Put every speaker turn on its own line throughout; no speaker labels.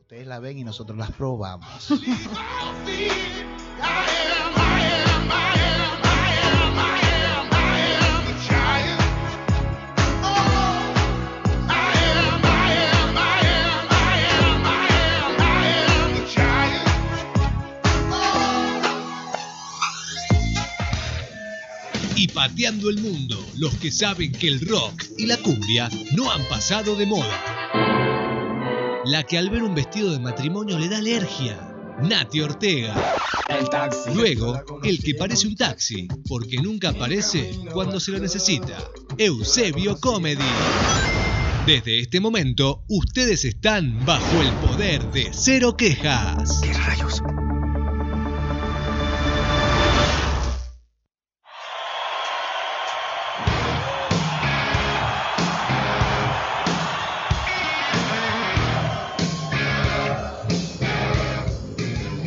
Ustedes la ven y nosotros las probamos.
y pateando el mundo, los que saben que el rock y la cumbia no han pasado de moda. La que al ver un vestido de matrimonio le da alergia, Nati Ortega.
El taxi.
Luego, el que parece un taxi, porque nunca aparece cuando se lo necesita, Eusebio Comedy. Desde este momento, ustedes están bajo el poder de Cero Quejas.
Rayos.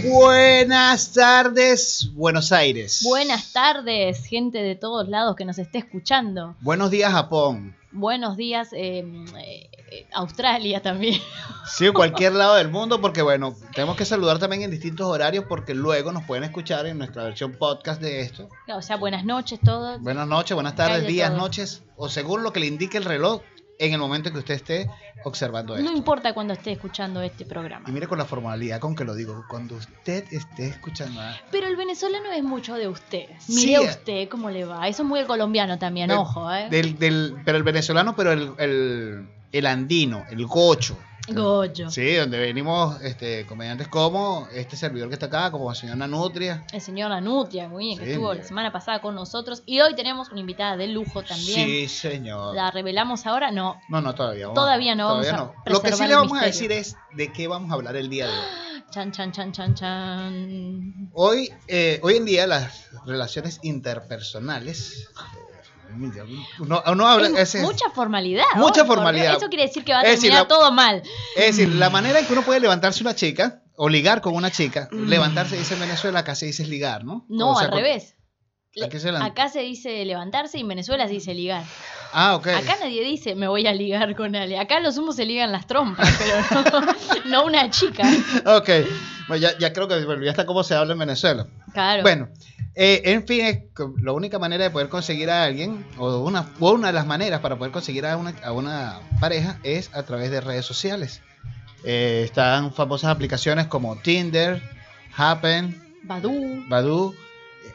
Buenas tardes, Buenos Aires.
Buenas tardes, gente de todos lados que nos esté escuchando.
Buenos días, Japón.
Buenos días, eh, eh, eh, Australia también.
Sí, cualquier lado del mundo, porque bueno, tenemos que saludar también en distintos horarios, porque luego nos pueden escuchar en nuestra versión podcast de esto.
O sea, buenas noches todos.
Buenas noches, buenas tardes,
Hay de
días,
todo.
noches, o según lo que le indique el reloj en el momento en que usted esté observando
No
esto.
importa cuando esté escuchando este
Y
programa.
mire con la formalidad con que lo digo, cuando usted esté escuchando. ah,
Pero el venezolano es mucho de usted. Mire
Sí, eh.
usted cómo le va. Eso es muy el colombiano también,
Del-
ojo, ¿eh?
Del, del, pero el venezolano, pero el, el, el andino, el gocho.
Goyo.
Sí, donde venimos este, comediantes como este servidor que está acá, como la señora Nutria.
El señor Anutia, muy bien, que
Sí,
estuvo
mira.
la semana pasada con nosotros. Y hoy tenemos una invitada de lujo también.
Sí, señor.
¿La revelamos ahora? No.
No, no, todavía. vamos-
Todavía no vamos a
Lo que
preservar
sí
el
le vamos a
misterio.
decir es de qué vamos a hablar el día de hoy.
Chan, chan, chan, chan, chan.
Hoy, eh, hoy en día las relaciones interpersonales... No, no habla,
Es
ese es-
mucha formalidad.
Mucha
hoy, por
formalidad.
Dios. Eso quiere decir que va a
Es decir,
terminar
la-
todo mal.
Es decir, la manera en que uno puede levantarse una chica o ligar con una chica, levantarse dice en Venezuela, acá se dice ligar, ¿no?
Mm. No,
O sea,
al
con-
revés.
¿a qué se la-
Acá se dice levantarse y en Venezuela se dice ligar.
Ah, ok.
Acá nadie dice me voy a ligar con alguien. Acá los humos se ligan las trompas, pero no, no una chica.
Ok. Bueno, ya, ya creo que bueno, ya está cómo se habla en Venezuela.
Claro.
Bueno, eh, en fin, es co- la única manera de poder conseguir a alguien, o una, o una de las maneras para poder conseguir a una, a una pareja, es a través de redes sociales. Eh, están famosas aplicaciones como Tinder, Happen,
Badú.
Badoo.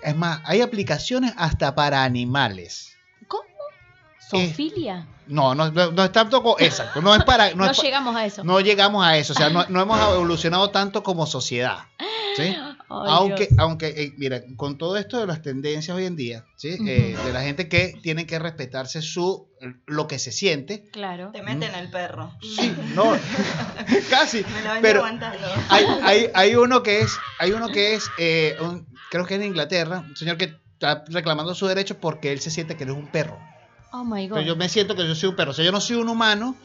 Es más, hay aplicaciones hasta para animales.
¿Cómo? ¿Sofilia?
No, no, no, no es tanto co- exacto. No es para. Eh, No,
no
es pa-
llegamos a eso.
no llegamos a eso. O sea, no, no hemos evolucionado tanto como sociedad. ¿sí?
Ay,
aunque,
Dios.
aunque eh, mira, con todo esto de las tendencias hoy en día, ¿sí? Eh, de la gente que tiene que respetarse su lo que se siente.
Claro.
Te meten el perro.
Sí, no, casi.
Me lo venía
Pero
aguantando.
hay, hay, hay uno que es, hay uno que es, eh, un- creo que en Inglaterra, un señor que está reclamando sus derechos porque él se siente que él es un perro.
Oh my
Pero
god.
yo me siento que yo soy un perro. O sea, yo no soy un humano.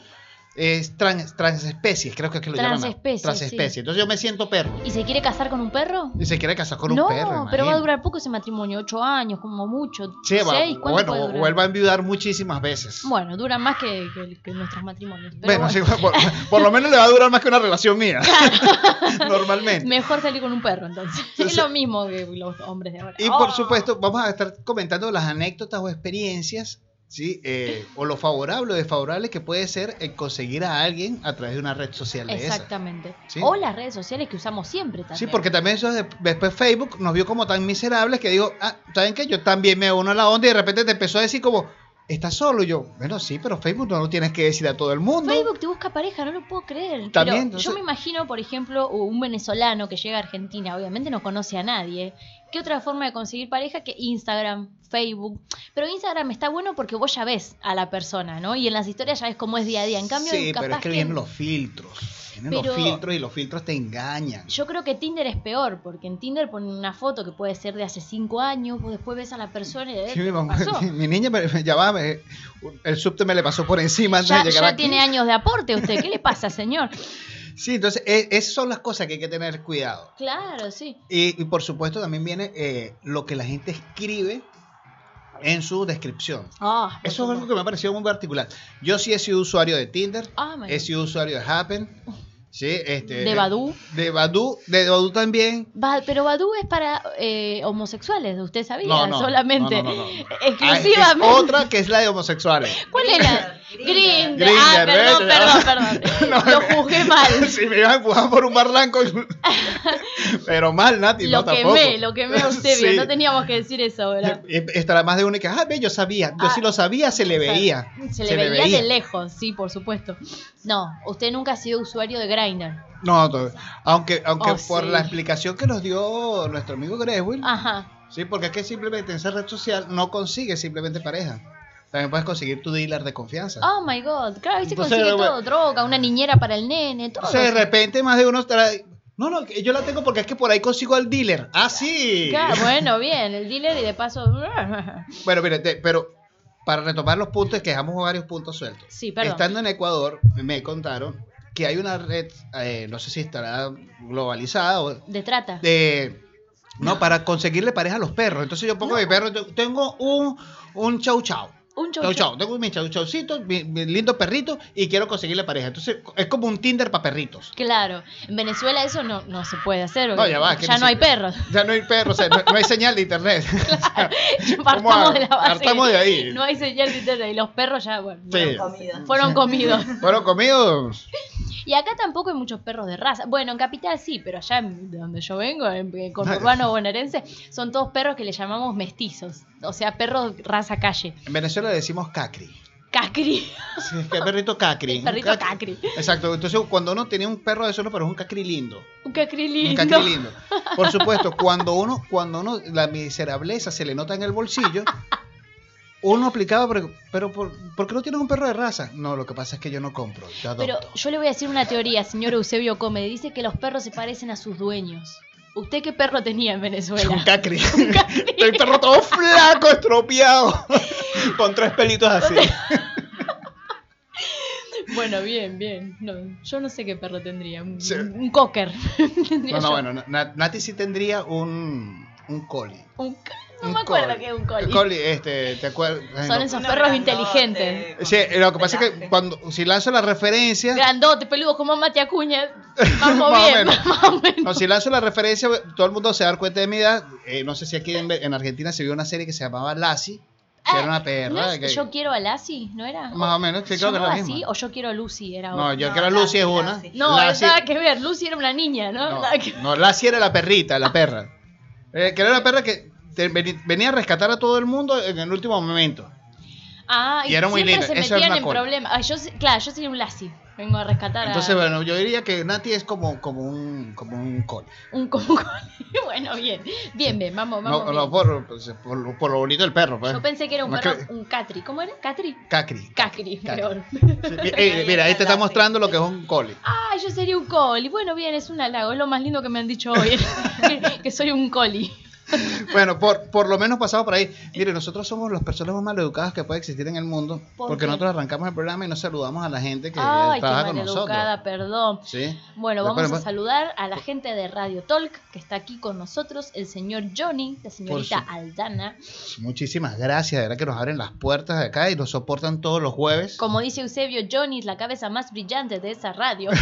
Es trans, transespecies, creo que es que lo llaman.
Transespecies, sí.
Transespecies. Entonces yo me siento perro.
¿Y se quiere casar con un perro?
Y se quiere casar con
no,
un perro.
pero va a
imagínate.
durar poco ese matrimonio, ocho años, como mucho.
Sí, va-
seis, ¿cuánto
bueno,
puede
o-
durar?
o él va a enviudar muchísimas veces.
Bueno, dura más que, que- que nuestros matrimonios. Pero
bueno,
bueno,
sí, por, por lo menos le va a durar más que una relación mía. Normalmente.
mejor salir con un perro entonces.
Sí,
es
sí.
lo mismo que los hombres de ahora.
Y por
Oh.
supuesto, vamos a estar comentando las anécdotas o experiencias, ¿sí? Eh, o lo favorable o desfavorable que puede ser el conseguir a alguien a través de una red social de esa.
Exactamente.
Sí.
O las redes sociales que usamos siempre también.
Sí, porque también eso de- después Facebook nos vio como tan miserables que dijo, ah, ¿saben qué? Yo también me uno a la onda y de repente te empezó a decir como, ¿estás solo? Y yo, bueno, sí, pero Facebook no lo tienes que decir a todo el mundo.
Facebook te busca pareja, no lo puedo
También,
creer. Pero
entonces-
yo me imagino, por ejemplo, un venezolano que llega a Argentina, obviamente no conoce a nadie. ¿Qué otra forma de conseguir pareja que Instagram, Facebook? Pero Instagram está bueno porque vos ya ves a la persona, ¿no? Y en las historias ya ves cómo es día a día. En cambio,
sí,
capaz
pero es que
que-
vienen los filtros. Vienen los
Pero-
filtros y los filtros te engañan.
Yo creo que Tinder es peor, porque en Tinder ponen una foto que puede ser de hace cinco años, vos después ves a la persona y de
Sí, mi,
¿qué
mamá-
pasó?
mi niña me, me llamaba, me- el subte me le pasó por encima antes
Ya,
de llegar
ya
aquí.
tiene años de aporte usted, ¿qué le pasa, señor?
Sí, entonces e- esas son las cosas que hay que tener cuidado.
Claro, sí.
Y, y por supuesto también viene eh, lo que la gente escribe en su descripción.
Ah, por
Eso es algo
supuesto.
que me ha parecido muy particular. Yo sí he sido usuario de Tinder,
Ah, my
he
God.
sido usuario de Happen, Sí, este.
de Badú.
De Badu, de Badu también.
Ba- pero Badu es para eh, homosexuales, ¿usted sabía?
No, no,
Solamente.
no, no, no, no. Ah, es que es
Exclusivamente.
otra que es la de homosexuales.
¿Cuál era? Green.
Grindr,
Ah, perdón,
¿ves?
perdón, perdón.
No,
Lo
me-
juzgué mal.
si me ibas a empujar por un barranco. Pero mal, Nati,
Lo
no tampoco.
quemé, lo quemé a usted bien.
Sí.
No teníamos que decir eso, ¿verdad?
Eh, Estará más de una que, ah, ve, yo sabía. Yo
Ah,
sí lo sabía, se le
o sea,
veía.
Se le veía, de lejos, sí, por supuesto. No, usted nunca ha sido usuario de Grindr.
No, to- aunque, aunque
Oh,
por
sí. Ah.
la explicación que nos dio nuestro amigo Greswell,
Ajá.
sí, porque es que simplemente en esa red social no consigues simplemente pareja. También puedes conseguir tu dealer de confianza.
Oh my god. Claro, ahí se
Entonces,
consigue
bueno.
todo: droga, una niñera para el nene, todo.
Entonces, de repente, más de uno trae. No, no, que yo la tengo porque es que por ahí consigo al dealer. Ah, sí.
Claro, bueno, bien, el dealer y de paso.
Bueno, mire, te- pero para retomar los puntos, que dejamos varios puntos sueltos.
Sí, perdón.
Estando en Ecuador, me contaron que hay una red, eh, no sé si estará globalizada o
De trata.
de no para conseguirle pareja a los perros. Entonces yo pongo mi perro, yo tengo un un chau chau.
Un chau
Chau chau, tengo mi chau chaucito, mi, mi lindo perrito y quiero conseguirle pareja. Entonces es como un Tinder para perritos.
Claro, en Venezuela eso no, no se puede hacer.
No, ya va, que
ya
ni
no hay
siquiera-
perros.
Ya no hay perros, o sea, no, no hay señal de internet.
Partamos de la base.
Partamos de ahí.
No hay señal de internet y los perros ya, bueno,
Sí.
Comida.
fueron comidos.
Bueno, comidos.
Y acá tampoco hay muchos perros de raza. Bueno, en Capital sí, pero allá en- de donde yo vengo, en, en conurbano bonaerense, son todos perros que le llamamos mestizos. O sea, perros raza calle.
En Venezuela le decimos cacri.
Cacri.
Sí, es que el perrito cacri.
El perrito cacri.
Exacto. Entonces, cuando uno tenía un perro de esos, pero es un cacri lindo.
Un cacri
Un
lindo.
cacri lindo. Por supuesto, cuando uno, cuando uno, la miserableza se le nota en el bolsillo, uno aplicaba, pero, pero por, ¿por qué no tienes un perro de raza? No, lo que pasa es que yo no compro, yo adopto.
Pero yo le voy a decir una teoría, señor Eusebio Come. Dice que los perros se parecen a sus dueños. ¿Usted qué perro tenía en Venezuela?
un cacri. Estoy perro todo flaco, estropeado, con tres pelitos así.
Bueno, bien, bien. No, yo no sé qué perro tendría. Un,
Sí.
un- un cocker. Tendría
No, no,
yo.
bueno, Na- Nati sí tendría un, un coli.
Un c- no
Un
me acuerdo
collie.
que es un collie.
Collie, este, ¿te acuerdas?
Son esos perros inteligentes.
Sí, lo que pasa es que cuando, si lanzo la referencia,
Grandote, peludo, como Mate Acuña.
Más
Vamos
o
bien,
menos.
más o menos.
No, si lanzo la referencia, todo el mundo se va a dar cuenta de mi edad. Eh, no sé si aquí en, en Argentina se vio una serie que se llamaba Lassie, que
Ah,
era una
¿No
perra.
es
que-
Yo quiero a Lassie, ¿no era?
Más o menos, sí, creo que
¿Yo
es la
así?
misma.
O yo quiero a Lucy, era
No,
otra.
yo
No,
creo que Lucy es
Lassie,
una.
Lassie.
No,
Lassie-
nada que ver. Lucy era una niña, ¿no?
no,
Nada que-
no, Lassie era la perrita, la perra. Eh, que era una perra que te- veni- venía a rescatar a todo el mundo en el último momento.
Ah, y,
Y era muy linda,
siempre se
eso era
metían
una
en
cola.
problemas. Ah, yo, se- claro, yo sería un Lassie. Vengo a rescatar
Entonces,
a
bueno, yo diría que Nati es como, como un, como un col.
un como collie. Bueno, bien. Bien, bien, vamos, vamos.
No,
bien.
no, por, pues, por lo- por lo bonito del perro, pues.
Yo pensé que era un
No
perro,
creo-
un catri. ¿Cómo era? ¿Catri?
Cacri.
Cacri, peor.
Sí, mi- eh, mira, ahí te está mostrando lo que es un coli.
Ah, yo sería un coli. Bueno, bien, es un halago. Es lo más lindo que me han dicho hoy. que soy un coli.
Bueno, por, por lo menos pasado por ahí. Mire, nosotros somos las personas más maleducadas que puede existir en el mundo
¿Por
porque
qué?
nosotros arrancamos el programa y no saludamos a la gente que
Ay, qué
trabaja con
maleducada,
nosotros.
perdón.
Sí.
Bueno,
Ya,
vamos
pero-
a saludar a la gente de Radio Talk que está aquí con nosotros, el señor Johnny, la señorita
su-
Aldana.
Muchísimas gracias, de verdad que nos abren las puertas de acá y nos soportan todos los jueves.
Como dice Eusebio, Johnny es la cabeza más brillante de esa radio.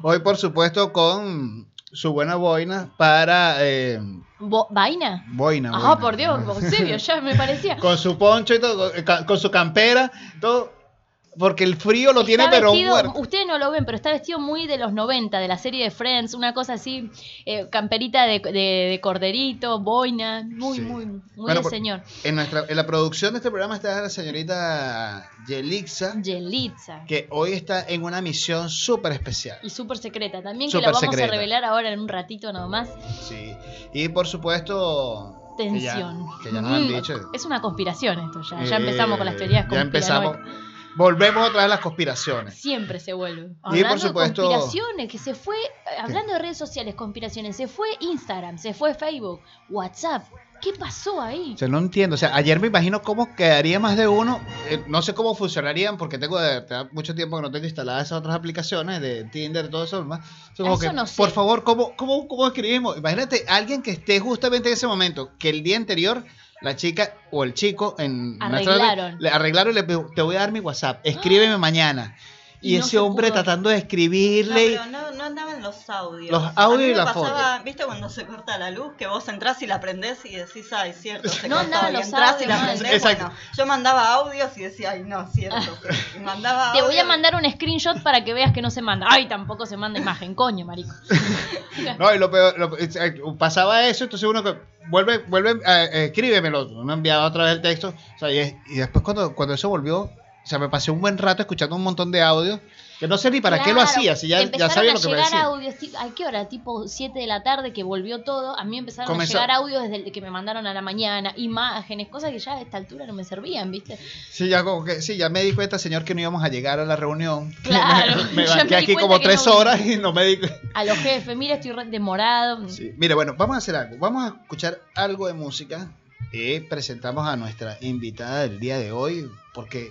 Hoy, por supuesto, con su buena boina para eh,
Bo- ¿Vaina?
boina.
Ah,
boina.
por Dios, Eusebio, ya me parecía.
Con su poncho y todo, eh, ca- con su campera, todo, porque el frío lo tiene
Está
pero
vestido-
muerto.
Ustedes no lo ven, pero está vestido muy de los 90, de la serie de Friends, una cosa así, eh, camperita de, de- de corderito, boina, muy,
Sí.
muy, muy
Bueno,
de
por-
señor.
En, nuestra, en la producción de este programa está la señorita Yelixa.
Yelitza.
que hoy está en una misión súper especial.
Y súper secreta también, que
Súper
la vamos
secreta.
a revelar ahora en un ratito nada más.
Sí. Y por supuesto... que ya-
Tensión.
Que ya, nos han
Mm,
dicho.
Es una conspiración esto ya. Ya
Eh,
empezamos con las teorías
Ya empezamos.
conspiranoicas.
Volvemos otra vez a las conspiraciones.
Siempre se vuelve.
por
Hablando
supuesto-
de conspiraciones, que se fue. Hablando de redes sociales, conspiraciones, se fue Instagram, se fue Facebook, WhatsApp. ¿Qué pasó ahí?
O sea, no entiendo. O sea, ayer me imagino cómo quedaría más de uno. Eh, no sé cómo funcionarían porque tengo de verdad mucho tiempo que no tengo instaladas esas otras aplicaciones de Tinder, todo eso. Más. O sea, como
Eso
que,
no sé.
Por favor, ¿cómo, cómo, ¿cómo escribimos? Imagínate alguien que esté justamente en ese momento, que el día anterior la chica o el chico en
Arreglaron. Ah.
le arreglaron y le pidió, te voy a dar mi WhatsApp, escríbeme mañana. Y,
no
ese
se
hombre
pudo.
tratando de
No,
escribirle.
pero no, no andaban los audios.
Los audios
A mí me
y la
pasaba, ¿Viste cuando se corta la luz? Que vos entrás y la prendés y decís, ay, cierto, se
No
cortó",
andaban
y
los
entrás
audios,
y la
mal.
prendés.
Exacto.
Bueno, yo mandaba audios y decía, ay, no, cierto. y mandaba
Te voy a
audios.
mandar un screenshot para que veas que no se manda. Ay, tampoco se manda imagen, coño, marico.
No, y lo peor, lo- es- eh, pasaba eso, entonces uno que vuelve, vuelve, eh, eh, escríbemelo, uno enviaba otra vez el texto, o sea, y, es- y después cuando, cuando eso volvió, o sea, me pasé un buen rato escuchando un montón de audios, que no sé ni para qué lo
Claro,
hacía, si ya, ya
empezaron
sabía
a
lo que me
llegar
decía.
audios, ti- ¿a qué hora? Tipo 7 de la tarde que volvió todo. A mí empezaron
Comenzó-
a llegar audios desde el que me mandaron a la mañana, imágenes, cosas que ya a esta altura no me servían, ¿viste?
Sí, ya como que, sí, ya me di cuenta, señor, que no íbamos a llegar a la reunión.
Claro,
me
ya me di
banqué aquí
cuenta
como
que
tres
no-
horas y no me di cuenta.
A los jefes, mira, estoy re demorado.
Sí, Mira, bueno, vamos a hacer algo. Vamos a escuchar algo de música. Y presentamos a nuestra invitada del día de hoy. Porque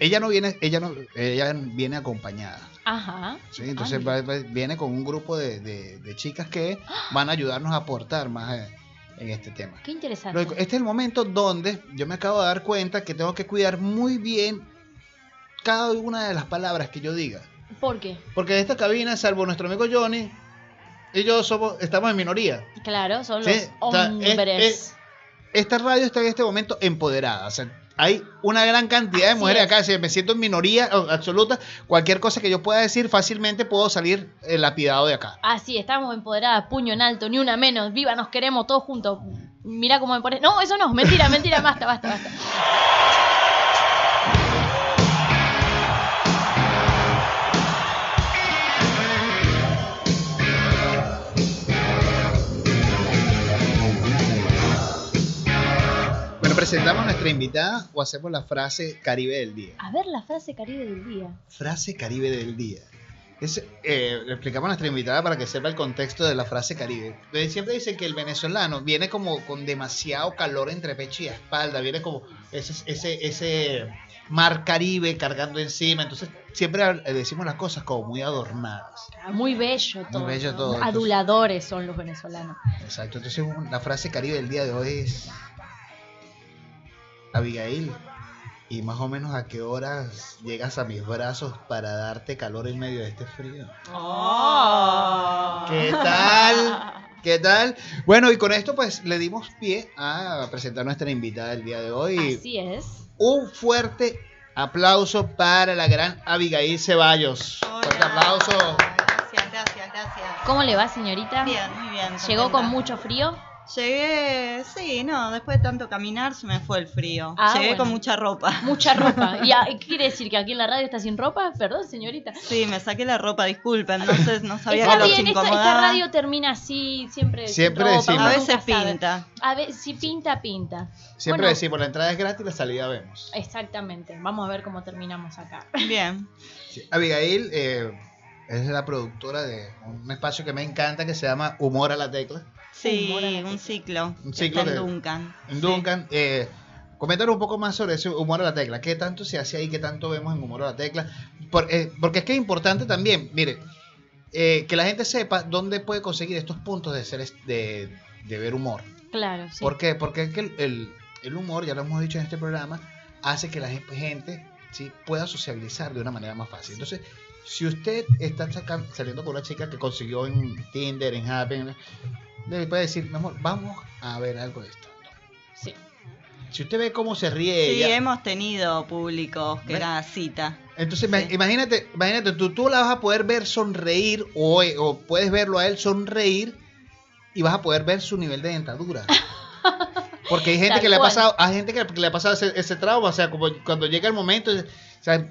ella no viene, ella no, ella viene acompañada.
Ajá.
¿sí? Entonces
Ah,
va- va- viene con un grupo de, de- de chicas que van a ayudarnos a aportar más eh, en este tema.
Qué interesante.
Luego, este es el momento donde yo me acabo de dar cuenta que tengo que cuidar muy bien cada una de las palabras que yo diga.
¿Por qué?
Porque en esta cabina, salvo nuestro amigo Johnny y yo, somos, estamos en minoría.
Claro, son
Sí,
los
o sea, es-
hombres.
es- esta radio está en este momento empoderada. O sea, hay una gran cantidad de
Así
mujeres
es.
acá. Si me siento en minoría o, absoluta, cualquier cosa que yo pueda decir, fácilmente puedo salir eh, lapidado de acá.
Así, estamos empoderadas, puño en alto, ni una menos. Viva, nos queremos todos juntos. Mira cómo me pones. No, eso no, mentira, mentira, basta, basta, basta.
Bueno, presentamos a nuestra invitada o hacemos la frase Caribe del día.
A ver la frase caribe del día.
Frase Caribe del día. Es, eh, le explicamos a nuestra invitada para que sepa el contexto de la frase Caribe. Entonces, Siempre dicen que el venezolano viene como con demasiado calor entre pecho y espalda, viene como ese, ese, ese mar Caribe cargando encima. Entonces siempre hab- eh, decimos las cosas como muy adornadas.
Ah, Muy bello todo.
bello
¿no?
todo,
Aduladores son los venezolanos.
Exacto. Entonces un- la frase Caribe del día de hoy es Abigail. Y más o menos a qué horas llegas a mis brazos para darte calor en medio de este frío.
Oh.
¿Qué tal? ¿Qué tal? Bueno, y con esto pues le dimos pie a presentar a nuestra invitada del día de hoy.
Así es.
Un fuerte aplauso para la gran Abigail Ceballos. Fuerte
Hola.
aplauso.
Gracias, gracias, gracias.
¿Cómo le va, señorita?
Bien, muy bien.
¿Llegó
contenta.
con mucho frío?
Llegué, sí, no, después de tanto caminar se me fue el frío.
Ah,
Llegué con
bueno.
mucha ropa.
Mucha ropa. ¿Y a- quiere decir que aquí en la radio está sin ropa? Perdón, señorita.
Sí, me saqué la ropa, disculpen, entonces no sabía
está
que los
bien, esta, esta
incomodaba.
radio termina así, siempre. sin
Siempre
ropa,
decimos.
uno
A
no,
veces
nunca sabe.
pinta.
A ver, si pinta, pinta.
Siempre
Bueno. Eh.
decimos, la entrada es gratis, la salida vemos.
Exactamente. Vamos a ver cómo terminamos acá.
Bien.
Sí, Abigail eh, es la productora de un espacio que me encanta que se llama Humor a la Tecla.
Sí,
Humor a la tecla.
un ciclo.
Un
que
ciclo
está en
de-
Duncan.
En
Sí.
Duncan, eh, coméntanos un poco más sobre ese humor a la tecla. ¿Qué tanto se hace ahí? ¿Qué tanto vemos en humor a la tecla? Por- eh, porque es que es importante también, mire, eh, que la gente sepa dónde puede conseguir estos puntos de, ser, es- de, de ver humor.
Claro, sí.
¿Por qué? Porque es que el, el- el humor, ya lo hemos dicho en este programa, hace que la gen- gente ¿sí? pueda sociabilizar de una manera más fácil. Entonces, si usted está sacan- saliendo con una chica que consiguió en Tinder, en Happn, le puede decir, mi amor, vamos a ver algo de esto.
Sí.
Si usted ve cómo se ríe
Sí, em,
ella,
hemos tenido públicos que
Ve-
era cita.
entonces ima-
sí.
imagínate, imagínate, tú, tú la vas a poder ver sonreír o, o puedes verlo a él sonreír y vas a poder ver su nivel de dentadura. Porque hay gente
Tal
que le ha
cual.
pasado, hay gente que le ha pasado ese, ese trauma, o sea, como cuando llega el momento, o sea,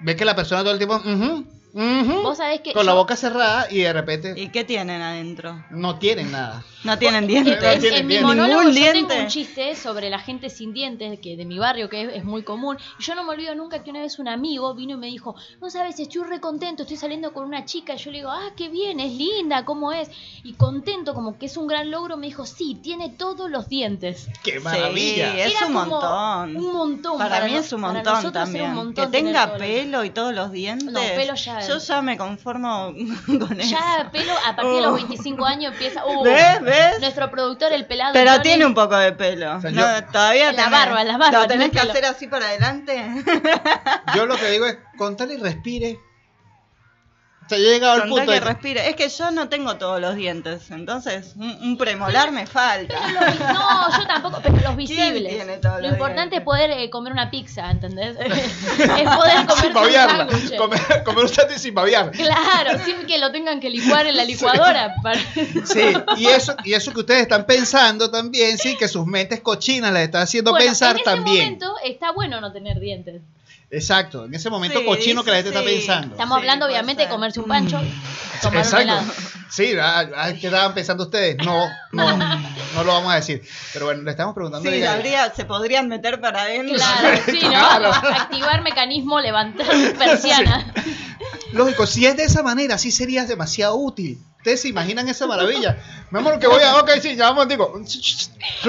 ves que la persona todo el tiempo, "Ujú, ujú",
Vos sabés que.
con la
yo-
boca cerrada y de repente
¿Y qué tienen adentro?
no tienen nada.
No
En,
tienen
No
dientes.
tiene
en mi
dientes.
monólogo
Ningún
yo tengo
diente.
un chiste sobre la gente sin dientes que de mi barrio que es, es muy común. Y yo no me olvido nunca que una vez un amigo vino y me dijo, no sabes, estoy re contento, estoy saliendo con una chica. Y yo le digo, ah, qué bien, es linda, cómo es. Y contento, como que es un gran logro, me dijo, sí, tiene todos los dientes.
¡Qué
Sí,
maravilla!
es
Era
un
como
montón.
Un montón.
Para, mí
no-
es un
para
montón
nosotros era un
también.
montón
que
tener
tenga
todo el-
pelo y todos los dientes.
No, pelo ya-
Yo ya me conformo con eso.
Ya pelo a partir de los
Oh.
25 años empieza. Uh,
¿Ves? ¿Ves?
Nuestro productor, el pelado.
Pero
Johnny,
tiene un poco de pelo.
O sea,
No,
yo-
todavía
En la
tenés-
barba, en la barba
Lo tenés
tenés
que
pelo.
hacer así para adelante.
Yo lo que digo es, con tal y respire, Hasta yo he llegado al
Con tal
punto
que
de
respire. Es que yo no tengo todos los dientes, entonces un, un premolar me falta.
Pero los vi- no, yo tampoco, pero los visibles.
tiene todos
Lo
los
importante
dientes?
es poder eh, comer una pizza, ¿entendés? es poder
sin
comer un
babearla.
sándwich.
Comer, comer un sándwich sin babear.
Claro, sin que lo tengan que licuar en la licuadora. para-
Sí, y eso, y eso que ustedes están pensando también, sí, que sus mentes cochinas les están haciendo
Bueno,
pensar
en ese
también.
momento está bueno no tener dientes.
Exacto, en ese momento
Sí,
cochino que la
dice,
gente está
sí.
pensando.
Estamos
Sí,
hablando
puede
obviamente de
ser. Mm.
comerse un pancho, tomar un helado.
Exacto. Sí, ah, ah, ¿qué estaban pensando ustedes? No, no, no lo vamos a decir. Pero bueno, le estamos preguntando.
Sí, habría- se podrían meter para adentro.
Claro, sí, ¿no?
Claro.
Activar mecanismo, levantar persiana.
Lógico, si es de esa manera, sí sería demasiado útil. Ustedes se imaginan esa maravilla. Mi amor, que voy a. Ok, sí, ya vamos, digo.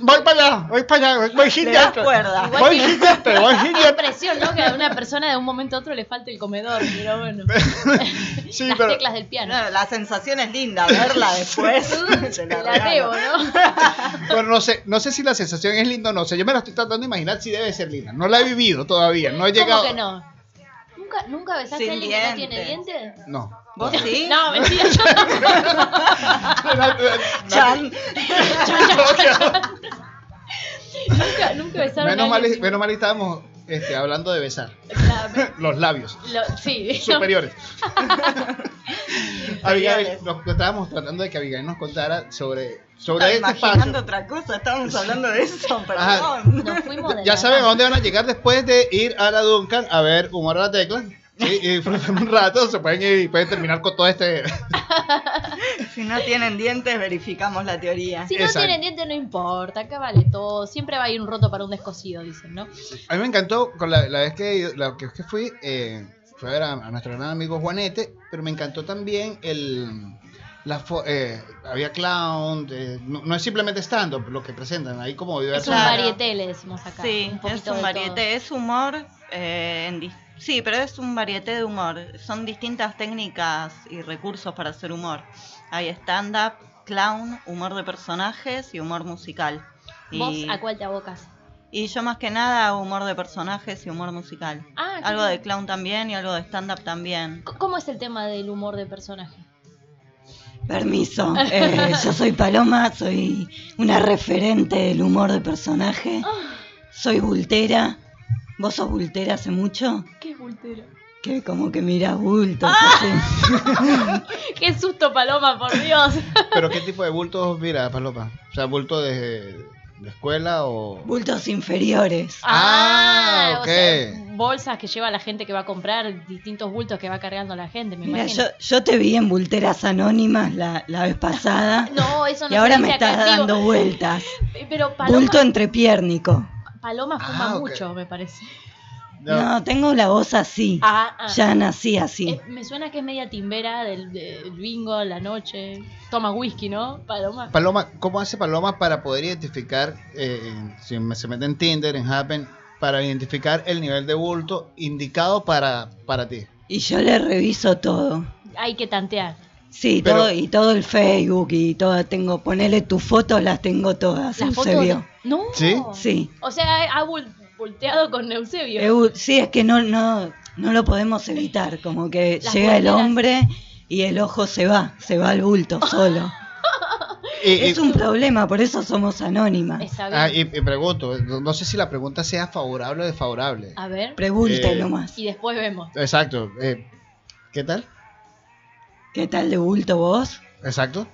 Voy para allá, voy para allá, voy- voy
Le das
gigante.
cuerda.
Igual
Voy
que-
gigante, voy
Qué
gigante.
impresión, Ah, ¿no? Que a una persona de un momento a otro le falte el comedor, pero bueno.
Sí,
Las
pero.
teclas del piano.
No, la sensación es linda, verla después. se la
La debo,
regalo.
¿no?
Bueno, no sé, no sé si la sensación es linda o no. sé, yo me la estoy tratando de imaginar si debe ser linda. No la he vivido todavía. No he llegado.
¿Cómo que no? ¿Nunca, nunca besaste
Sin
a alguien que no
dientes.
tiene dientes?
No.
¿Vos sí?
No, mentira, yo tampoco.
Chan.
nunca, nunca besaron
menos,
a
mal,
alguien.
menos mal estábamos este, hablando de besar
La-
los labios
lo- sí.
superiores. Abigail,
Superiores.
nos, estábamos tratando de que Abigail nos contara sobre,
Estaba
sobre este
imaginando
espacio.
otra cosa, estábamos hablando de eso,
Ajá.
perdón.
Nos fuimos de
Ya
la
saben a
mano.
dónde van a llegar después de ir a la Duncan a ver Humor a la Tecla. Sí, y disfrutar un rato, se pueden ir y pueden terminar con todo este.
Si no tienen dientes, verificamos la teoría.
Si no
Exacto.
tienen dientes, no importa, acá vale todo. Siempre va a ir un roto para un descosido, dicen, ¿no?
A mí me encantó con la, la vez que, he ido- la que, que fui, eh, fue a ver a, a nuestro gran amigo Juanete, pero me encantó también el. La fo- eh, había clown, eh, no, no es simplemente stand-up lo que presentan, hay como
Es
diversos.
un
Claro.
varieté, le decimos acá.
Sí,
poquito
es
de
un
todo.
variete, es humor. eh, en dis- sí, pero es un varieté de humor. Son distintas técnicas y recursos para hacer humor. Hay stand-up, clown, humor de personajes y humor musical.
¿Vos
Y,
a cuál te abocas?
y yo más que nada humor de personajes y humor musical.
Ah, qué
Algo
bien.
de clown también y algo de stand-up también.
C- ¿Cómo es el tema del humor de personaje?
Permiso, eh, yo soy Paloma, soy una referente del humor de personaje. Soy bultera. ¿Vos sos bultera hace mucho?
¡Qué bultero!
Que como que mira bultos
Ah.
así.
¡Qué susto, Paloma, por Dios!
Pero qué tipo de bultos, mira, Paloma. O sea, bulto de, de escuela o.
Bultos inferiores.
Ah,
o
ok.
sea, bolsas que lleva la gente que va a comprar, distintos bultos que va cargando la gente, me
Mira, yo,
imagino.
yo te vi en Bulteras Anónimas la, la vez pasada.
No, eso no
y
se
ahora
dice
me
acá,
estás
digo,
dando vueltas.
Pero Paloma,
Bulto entrepiérnico.
Paloma fuma
Ah, ok.
mucho, me parece.
No,
No, tengo la voz así.
Ah, ah.
Ya nací así.
Eh, me suena que es media timbera del, del bingo, la noche. Toma whisky, ¿no? Paloma.
Paloma, ¿cómo hace Paloma para poder identificar, eh, en- si me- se mete en Tinder, en Happen, para identificar el nivel de bulto indicado para, para ti?
Y yo le reviso todo.
Hay que tantear.
Sí,
Pero-
todo, y todo el Facebook y todo tengo, ponele tus fotos, las tengo todas,
Las fotos.
Eusebio.
No.
¿Sí?
Sí.
O sea, ha bul- volteado con Eusebio.
Eu- sí, es que no, no, no lo podemos evitar, como que
Las
llega el
bulteras.
hombre y el ojo se va, se va al bulto solo.
Y, y-
es un problema, por eso somos anónimas.
Está bien.
ah, y- y pregunto, no no sé si la pregunta sea favorable o desfavorable.
A ver.
Pregunta
Eh,
nomás.
Y después vemos.
Exacto. eh, ¿Qué tal?
¿Qué tal de bulto vos?
Exacto.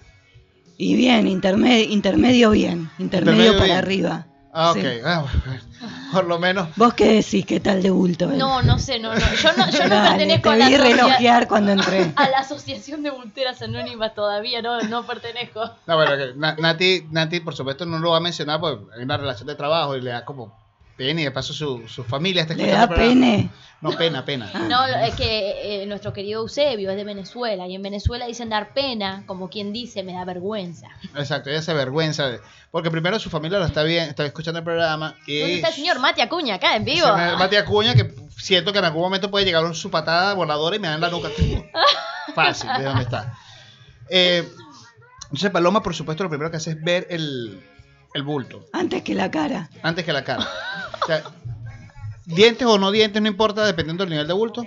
Y bien, interme- intermedio bien, intermedio,
Intermedio
para
bien.
arriba.
Ah, ok.
Sí.
ah, por lo menos.
¿Vos qué decís? ¿Qué tal de bulto? eh?
No, no sé, no, no. Yo no, yo no
Dale,
pertenezco a
te
la
vi
asocia-
relojear cuando entré.
a la Asociación de Bulteras Anónimas todavía, no, no pertenezco.
No, bueno, que Na- Nati, Nati, por supuesto, no lo va a mencionar porque hay una relación de trabajo y le da como pena y de paso su, su familia está
¿Le
escuchando
da
el programa.
pene?
No, pena, pena.
No, lo- es que eh, nuestro querido Eusebio es de Venezuela y en Venezuela dicen dar pena, como quien dice, me da vergüenza.
Exacto, ella se avergüenza. de- porque primero su familia lo está bien, está escuchando el programa. Y
¿Dónde está el señor Mati Acuña acá en vivo?
Se me- Mati Acuña, que siento que en algún momento puede llegar un- su patada voladora y me dan la nuca. Fácil, de dónde está. Eh, entonces, Paloma, por supuesto, lo primero que hace es ver el, el bulto
Antes que la cara.
antes que la cara. O sea, dientes o no dientes, no importa, dependiendo del nivel de bulto.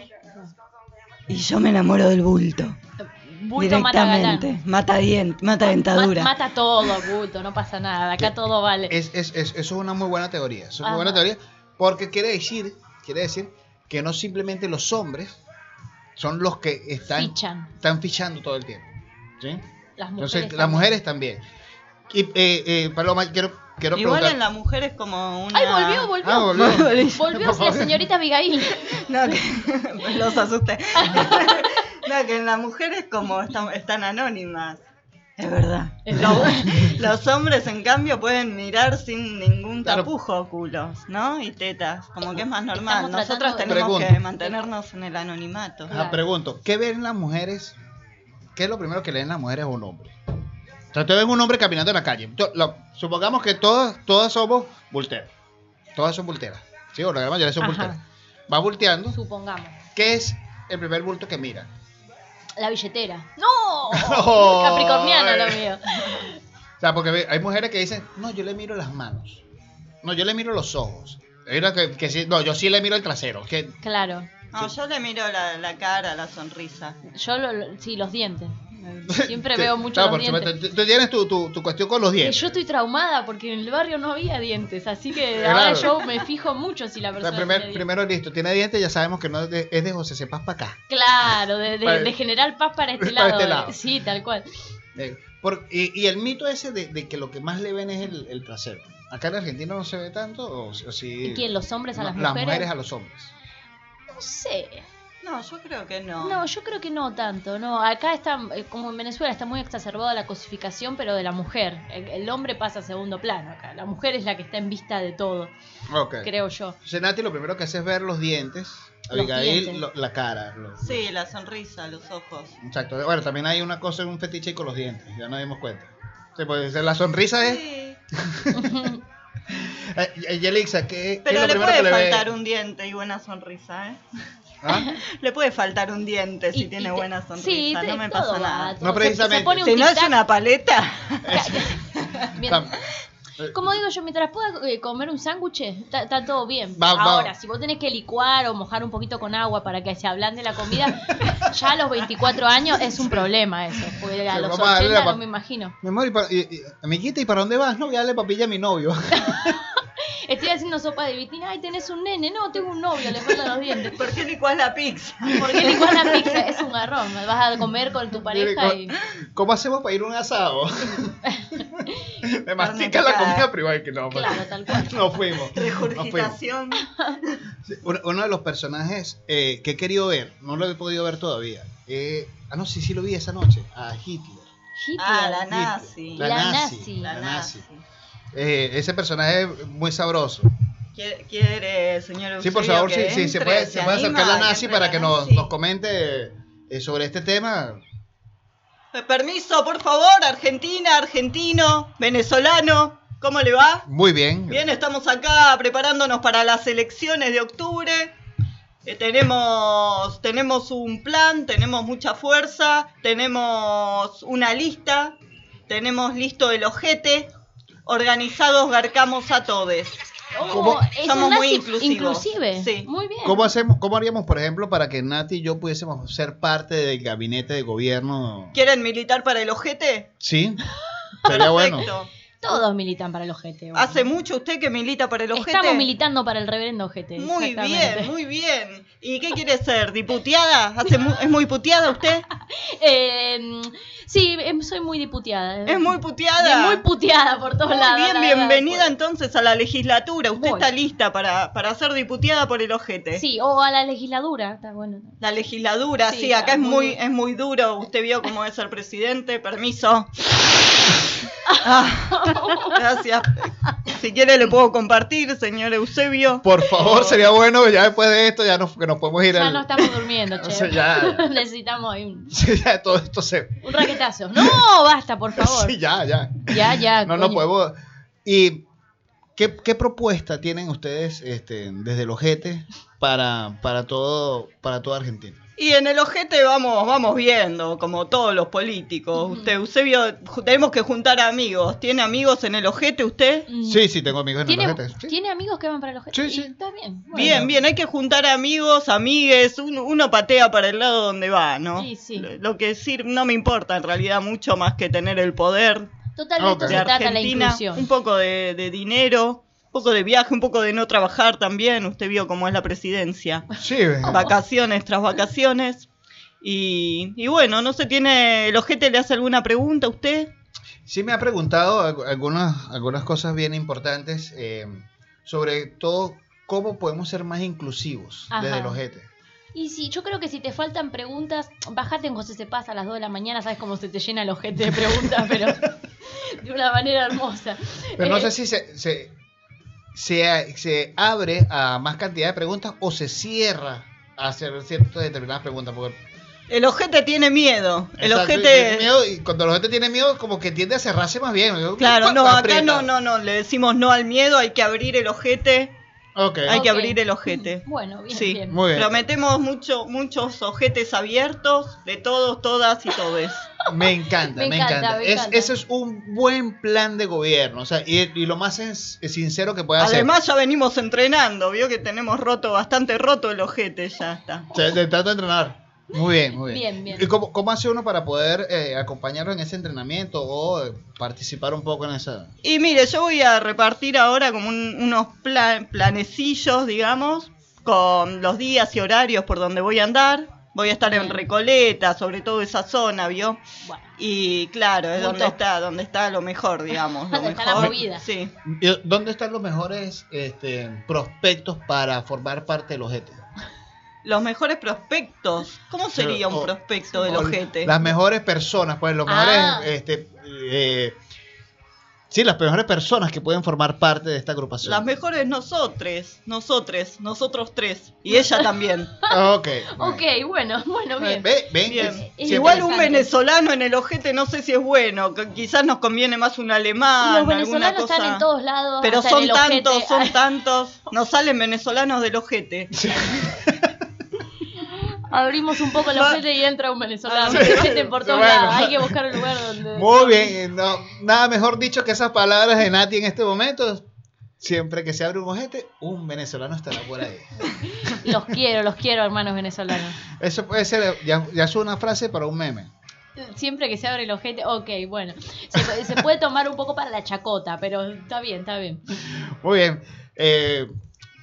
Y yo me enamoro del bulto.
Ah, Bulto mata galán.
directamente. Mata, dien- mata dentadura.
Ma- Mata todo, bulto, no pasa nada. Acá todo vale.
Es, es- es- eso es una muy buena teoría. eso Es
Ajá.
una buena teoría porque quiere decir, quiere decir que no simplemente los hombres son los que están,
Fichan.
están fichando todo el tiempo. ¿sí?
Las mujeres.
Entonces, las
también.
mujeres también. Y, eh, eh, Paloma, quiero, quiero
Igual
preguntar.
en la mujer es como una.
¡Ay, volvió, volvió!
Ah, volvió.
Volvió
Por
la
favor.
señorita Abigail.
No, que- los asusté. no, que en la mujer es como están, están anónimas. Es verdad.
Es
Lo-
verdad.
los hombres, en cambio, pueden mirar sin ningún
Claro.
tapujo culos, ¿no? Y tetas, como que es más normal.
Estamos tratando
Nosotros
de-
tenemos que
Pregunto.
mantenernos en el anonimato.
Ajá, pregunto, ¿qué ven las mujeres? ¿Qué es lo primero que leen las mujeres a un hombre? O sea, te ven un hombre caminando en la calle. To- lo- supongamos que todas, todas somos volteras. Todas son volteras. Sí, o la gran mayoría son
Ajá.
volteras. Va volteando.
Supongamos.
¿Qué es el primer bulto que mira?
La billetera. ¡No!
No.
Capricorniana lo mío.
O sea, porque ve- hay mujeres que dicen, no, yo le miro las manos. No, yo le miro los ojos. Hay una que, que sí, no, yo sí le miro el trasero. Que,
Claro.
No, yo le miro la, la cara, la sonrisa.
Yo, lo- lo- sí, los dientes. Siempre veo mucho
Claro,
los
por supuesto.
dientes.
Tú- Tú tienes tu, tu- tu cuestión con los
Que
dientes.
yo estoy traumada porque en el barrio no había dientes, así que
Claro.
ahora yo me fijo mucho si la
O sea,
persona
primer-
tiene dientes.
primero listo, tiene dientes, ya sabemos que no es de, es de José Sepas para acá.
Claro, de, de-
Para-
de General Paz para este
para
lado.
este
eh.
lado.
Sí, tal cual.
Eh, por- y, y el mito ese de, de que lo que más le ven es el, el trasero. Acá en Argentina no se ve tanto, o, o sí.
¿Y quién? ¿Los hombres a
No,
las mujeres?
a los hombres.
No sé.
No, yo creo que no.
No, yo creo que no tanto. No, acá está, eh, como en Venezuela, está muy exacerbada la cosificación, pero de la mujer. El, el hombre pasa a segundo plano acá. La mujer es la que está en vista de todo,
Ok.
creo yo.
Entonces, Nati lo primero que hace es ver los dientes,
Los
Abigail
dientes.
lo- la cara. los-
Sí, la sonrisa, los ojos.
Exacto. Bueno, también hay una cosa, un fetiche con los dientes, ya nos dimos cuenta. Sí, pues, la sonrisa es.
Sí.
Eh, eh, Yelixa, ¿qué, qué es
Pero
lo
le
primero que
puede
le ve?
faltar un diente y buena sonrisa, ¿eh?
¿Ah?
Le puede faltar un diente si
Y-
tiene
y te-
buena sonrisa,
sí, te-
no me
todo
pasa
va,
nada.
todo.
No precisamente.
Se, se pone un
Si no es
tic-tac,
una paleta,
bien.
Tam-
Como digo yo, mientras pueda eh, comer un sándwich, está está todo bien.
Va- va.
Ahora, si vos tenés que licuar o mojar un poquito con agua para que se ablande la comida, ya a los 24 años es un problema eso. Porque a
Sí,
los
vamos a darle la
80
pa-
no me imagino.
Mi amor, ¿y para- y- y- amiguita, ¿y para dónde vas? No, voy a darle papilla a mi novio.
Estoy haciendo sopa de vitina, ay, tenés un nene, no, tengo un novio, le faltan los dientes.
¿por qué licuás la pizza?
¿Por qué licuar la pizza? Es un garrón, vas a comer con tu pareja y...
¿Cómo hacemos para ir a un asado? Me mastica la
picada.
comida privada y que no, pues,
Claro, tal cual.
no fuimos. no fuimos.
Regurgitación.
Sí, Uno, uno de los personajes eh, que he querido ver, no lo he podido ver todavía. eh, ah, no, sí, sí lo vi esa noche, a Hitler.
Hitler.
ah, la nazi.
La,
La
nazi.
nazi.
La
La
nazi.
nazi.
Eh, ese personaje es muy sabroso.
¿Quiere, quiere, señor
Sí, por
Eusebio,
favor,
que
sí, sí, se
entre?
puede, se puede
anima
acercar la
a que
nazi
entre
para que
la
nos,
nazi?
nos comente eh, sobre este tema.
Eh, Permiso, por favor, Argentina, argentino, venezolano, ¿cómo le va?
Muy bien.
Bien, estamos acá preparándonos para las elecciones de octubre. Eh, tenemos, tenemos un plan, tenemos mucha fuerza, tenemos una lista, tenemos listo el ojete. Organizados garcamos a todes.
Oh,
¿Cómo?
es
Somos
un
muy
nazi
inclusivos.
inclusive.
Sí.
Muy bien.
¿Cómo, hacemos, ¿Cómo haríamos, por ejemplo, para que Nati y yo pudiésemos ser parte del gabinete de gobierno?
¿Quieren militar para el ojete?
Sí, sería bueno.
Perfecto.
Todos militan para el ojete. bueno.
¿Hace mucho usted que milita para el ojete?
Estamos militando para el reverendo ojete.
Muy
exactamente.
bien, muy bien. ¿Y qué quiere ser? ¿Diputeada? ¿Hace mu- ¿Es muy puteada usted?
Eh, sí, em, soy muy diputeada.
¿Es muy puteada?
Muy puteada por todos
Muy
lados.
bien,
la verdad. pues.
bienvenida entonces a la legislatura. Usted
Voy.
está lista para, para ser diputeada por el ojete.
Sí, o a la legislatura. Está bueno.
La legislatura, sí,
Sí,
acá
está
es muy,
muy-
es muy duro. Usted vio cómo es el presidente, permiso. Ah, gracias. Si quiere le puedo compartir, señor Eusebio.
Por favor, sería bueno ya después de esto ya nos, que nos podemos ir
Ya
al-
no estamos durmiendo,
O
che.
sea, ya,
Necesitamos ahí un,
ya todo esto se...
un raquetazo. No, basta, por favor. Ah,
Sí, ya, ya.
Ya, ya.
No, no
coño.
podemos. Y ¿Qué, qué propuesta tienen ustedes este, desde el ojete para, para, todo, para toda Argentina?
Y en el ojete vamos, vamos viendo, como todos los políticos.
Ujú.
Usted, Eusebio, ju- tenemos que juntar amigos. ¿Tiene amigos en el ojete usted?
Mm.
Sí, sí, tengo amigos en el
¿Tiene,
ojete. sí.
tiene amigos que van para los
Sí, sí.
Está bien. bueno.
Bien, bien, hay que juntar amigos, amigues, un- uno patea para el lado donde va, ¿no?
Sí, sí.
Lo, lo que decir no me importa en realidad mucho más que tener el poder
Totalmente
Ok.
se
de
trata la
Argentina,
inclusión.
un poco de, de dinero, un poco de viaje, un poco de no trabajar también, usted vio cómo es la presidencia.
Sí,
Ah,
venga.
vacaciones tras vacaciones. Y, y bueno, no se tiene. ¿El ojete le hace alguna pregunta a usted?
Sí me ha preguntado algu- algunas, algunas cosas bien importantes, eh, sobre todo cómo podemos ser más inclusivos
Ajá.
desde el ojete.
Y sí, yo creo que si te faltan preguntas, bajate en José Se Pasa a las 2 de la mañana, sabes cómo se te llena el ojete de preguntas, pero de una manera hermosa.
Pero no
Eh,
sé si se, se, se, a- se abre a más cantidad de preguntas o se cierra a hacer ciertas determinadas preguntas. Porque
El ojete tiene miedo. El
Exacto, y tiene
ojete.
miedo, y cuando el ojete tiene miedo, como que tiende a cerrarse más bien.
Claro, no, acá
Aprieta.
no, no, no. Le decimos no al miedo, hay que abrir el ojete.
Ok.
Hay que
Ok. Mm,
abrir el ojete.
Bueno, bien,
Sí.
bien.
Muy bien.
Prometemos mucho, muchos ojetes abiertos de todos, todas y todes.
Me encanta,
Me
me,
encanta,
encanta.
me
Es-
encanta.
ese es un buen plan de gobierno. O sea, y, y lo más sin- sincero que puede hacer.
Además, ya venimos entrenando. Vio que tenemos roto, bastante roto el ojete, ya está.
Se, se trata de entrenar. Muy bien, muy bien.
Bien, bien.
¿Y cómo, cómo hace uno para poder eh, acompañarlo en ese entrenamiento o eh, participar un poco en esa?
Y mire, yo voy a repartir ahora como un- unos pla- planecillos, digamos, con los días y horarios por donde voy a andar. Voy a estar en
Bien.
Recoleta, sobre todo esa zona, ¿vio?
Bueno,
Y claro, es
Muy
donde
top.
está, donde está lo mejor, digamos. Lo
Donde
mejor.
está la movida.
Sí.
¿Y ¿Dónde están los mejores este, prospectos para formar parte E del ojete?
Los mejores prospectos. ¿Cómo sería un
O-
prospecto del
o
ojete?
Las mejores personas, pues los mejores,
Ah.
este, eh, sí, las mejores personas que pueden formar parte de esta agrupación.
Las mejores nosotres, nosotres, nosotros tres. Y ella también.
Ok. muy
ok,
bien.
bueno, bueno, bien.
Ve- ven,
Bien.
siempre-
Es
Igual un
interesante.
venezolano en el ojete no sé si es bueno, que quizás nos conviene más un alemán,
Los
alguna
venezolanos
cosa.
están en todos lados.
Pero
hasta en
son
el ojete.
tantos, son tantos, nos salen venezolanos del ojete.
Abrimos un poco el ojete y entra un venezolano.
Ah, Sí.
Ojete por todos
Bueno.
lados. Hay que buscar un lugar donde.
Muy bien, no, nada mejor dicho que esas palabras de Nati en este momento. Siempre que se abre un ojete, un venezolano estará por ahí.
Los quiero, los quiero, hermanos venezolanos.
Eso puede ser, ya, ya es una frase para un meme.
Siempre que se abre el ojete, ok, bueno. Se, pu- se puede tomar un poco para la chacota, pero está bien, está bien.
Muy bien. eh,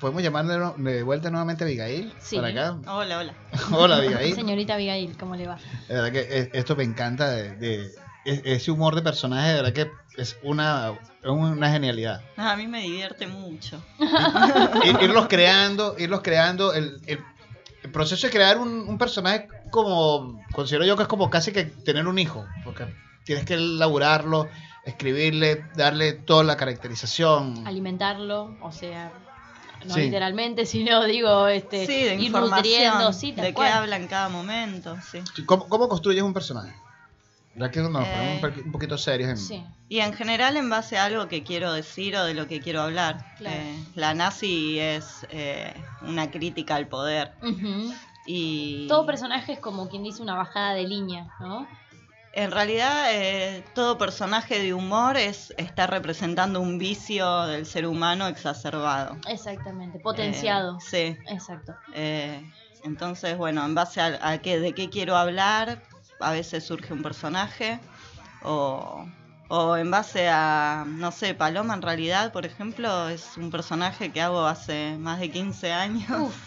¿Podemos llamarle no- de vuelta nuevamente a Abigail?
Sí.
Para acá.
Hola, hola.
Hola, Abigail.
Señorita Abigail, ¿cómo le va?
De verdad que eh, esto me encanta. De, de- e- ese humor de personaje, de verdad que es una, es una genialidad.
Ah, A mí me divierte mucho.
Ir- irlos creando, irlos creando. El, el- el proceso de crear un, un personaje como, considero yo que es como casi que tener un hijo, porque tienes que elaborarlo, escribirle, darle toda la caracterización.
Alimentarlo, o sea, no
Sí.
literalmente, sino digo, este,
Sí, de
ir nutriendo,
información,
sí, tal
de qué
cual.
habla en cada momento, sí.
¿Cómo, cómo construyes un personaje? ¿Verdad que nos
Eh.
ponemos un pe- un poquito serios en...
Sí.
Y en general en base a algo que quiero decir o de lo que quiero hablar.
Claro.
Eh, la nazi es eh, una crítica al poder
Ujú.
y...
Todo personaje es como quien dice una bajada de línea, ¿no?
En realidad, eh, todo personaje de humor es está representando un vicio del ser humano exacerbado.
Exactamente, potenciado.
Eh, sí.
Exacto.
eh, entonces, bueno, en base a, a qué- de qué quiero hablar, a veces surge un personaje. O, o en base a, no sé, Paloma en realidad, por ejemplo, es un personaje que hago hace más de 15 años.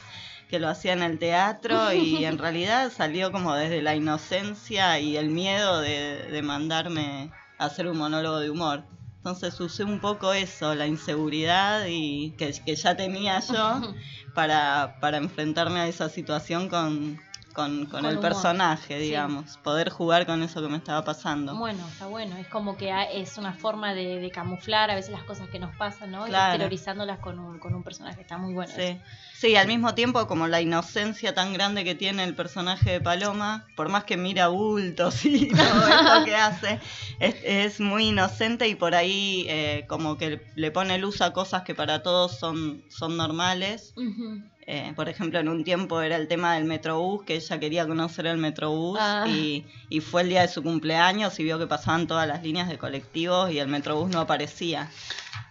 que lo hacía en el teatro y en realidad salió como desde la inocencia y el miedo de, de mandarme a hacer un monólogo de humor. Entonces usé un poco eso, la inseguridad y que, que ya tenía yo para, para enfrentarme a esa situación con, con, con
Con
el
humor,
personaje,
sí.
digamos. Poder jugar con eso que me estaba pasando.
Bueno, está bueno. Es como que a- es una forma de, de camuflar a veces las cosas que nos pasan, ¿no? Y
Claro.
exteriorizándolas con un, con un personaje. Está muy bueno.
Sí.
eso.
sí, al mismo tiempo como la inocencia tan grande que tiene el personaje de Paloma, por más que mira bultos y todo eso que hace, es, es muy inocente y por ahí eh, como que le pone luz a cosas que para todos son, son normales.
Ujú.
Eh, por ejemplo, en un tiempo era el tema del Metrobús, que ella quería conocer el Metrobús
Ah.
y, y fue el día de su cumpleaños y vio que pasaban todas las líneas de colectivos y el Metrobús no aparecía.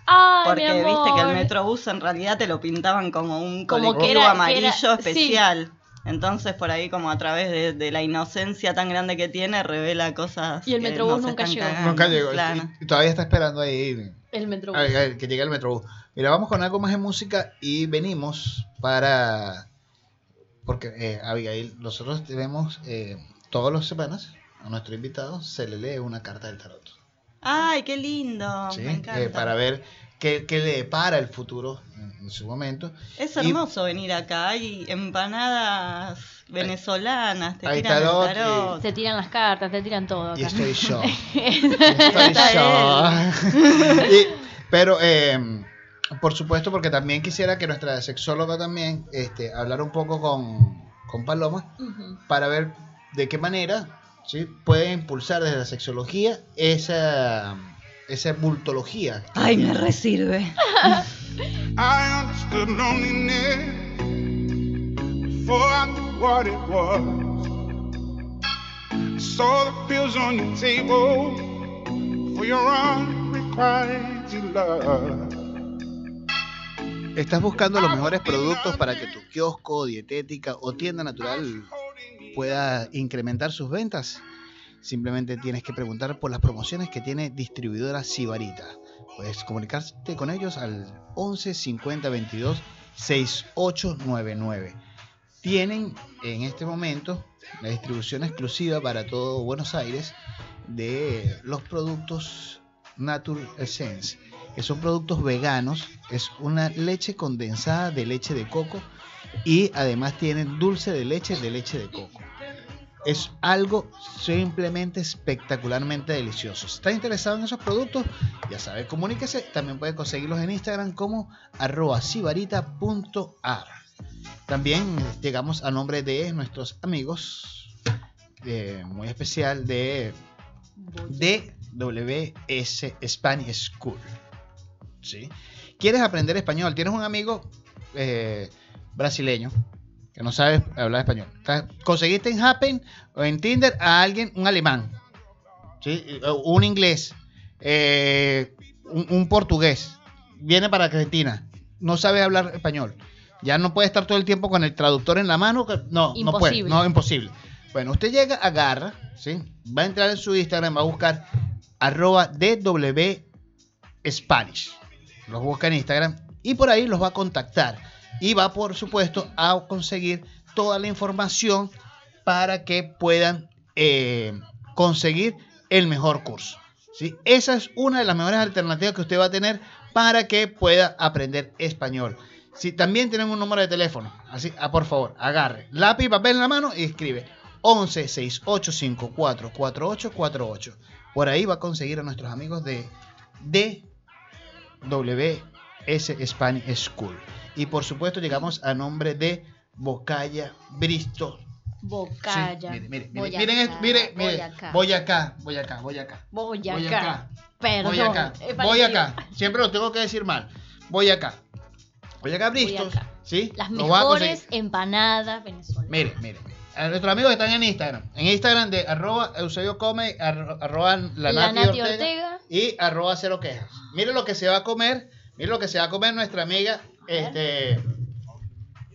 Ay,
Porque
mi amor.
viste que el Metrobús en realidad te lo pintaban como un
Como
colectivo
que era- que
amarillo
era- sí.
especial. Entonces por ahí como a través de, de la inocencia tan grande que tiene revela cosas.
Y el
que
Metrobús
nos
nunca
están
llegó.
cagando,
Nunca llegó.
claro.
Y- y todavía está esperando ahí
El metro.
a- a- que llegue el Metrobús. Mira, vamos con algo más de música y venimos para. Porque, eh, Abigail, nosotros tenemos eh, todas las semanas a nuestro invitado se le lee una carta del tarot.
Ay, qué lindo.
¿sí?
Oh, Me
Eh,
encanta.
para ver qué, qué le depara el futuro en, en su momento.
Es
y-
hermoso venir acá. Hay empanadas venezolanas, te
Hay
tiran el
tarot y-
tarot.
Te tiran las cartas, te tiran todo.
Y
Acá.
estoy yo. Estoy
Está
yo. Y- pero, eh, por supuesto, porque también quisiera que nuestra sexóloga también este, hablara un poco con, con Paloma
Ujú.
para ver de qué manera ¿sí? puede impulsar desde la sexología esa, esa bultología.
Ay, me resirve.
I understood loneliness before I knew what it was. Saw the pills on your table for your unrequited love.
Estás buscando los mejores productos para que tu kiosco, dietética o tienda natural pueda incrementar sus ventas? Simplemente tienes que preguntar por las promociones que tiene distribuidora Sibarita. Puedes comunicarte con ellos al 11 50 22 6899. Tienen en este momento la distribución exclusiva para todo Buenos Aires de los productos Nature Essence, que son productos veganos, es una leche condensada de leche de coco y además tienen dulce de leche de leche de coco. Es algo simplemente espectacularmente delicioso. Si está interesado en esos productos, ya sabe, comuníquese. También puede conseguirlos en Instagram como arroba sibarita.ar. También llegamos a nombre de nuestros amigos, eh, muy especial de DWS Spanish School. ¿Sí? ¿Quieres aprender español? ¿Tienes un amigo eh, brasileño que no sabe hablar español? Ca- ¿Conseguiste en Happen o en Tinder a alguien, un alemán? ¿Sí? O Un inglés, eh, un, un portugués, viene para Argentina, no sabe hablar español. Ya no puede estar todo el tiempo con el traductor en la mano. que- No, no puede.
Imposible.
No, imposible. Bueno, usted llega, agarra, ¿sí? va a entrar en su Instagram, va a buscar arroba DW Spanish. Los busca en Instagram y por ahí los va a contactar. Y va, por supuesto, a conseguir toda la información para que puedan eh, conseguir el mejor curso. ¿sí? Esa es una de las mejores alternativas que usted va a tener para que pueda aprender español. Si también tienen un número de teléfono, así, ah, por favor, agarre lápiz, papel en la mano y escribe 11 68 54 48 48. Por ahí va a conseguir a nuestros amigos de DWS Spanish School. Y por supuesto, llegamos a nombre de Bocaya Bristo. Sí,
Bocaya.
mire, mire, mire,
Boyacá,
miren, esto, mire, mire,
Boyacá.
Boyacá, Boyacá, Boyacá.
Boyacá.
Boyacá.
Perdón.
Voy acá, voy
es parecido.
acá. Siempre lo tengo que decir mal. Voy acá. Voy acá, Bristol.
Voy acá.
¿Sí?
Las
Lo voy a conseguir.
mejores empanadas venezolanas.
Mire, mire. mire. A nuestros amigos que están en Instagram. En Instagram de arroba Eusebio Come, arro- arroba la,
La
Nati
Nati
Ortega,
Ortega.
y arroba Cero Quejas. Mire lo que se va a comer. Mire lo que se va a comer nuestra amiga este,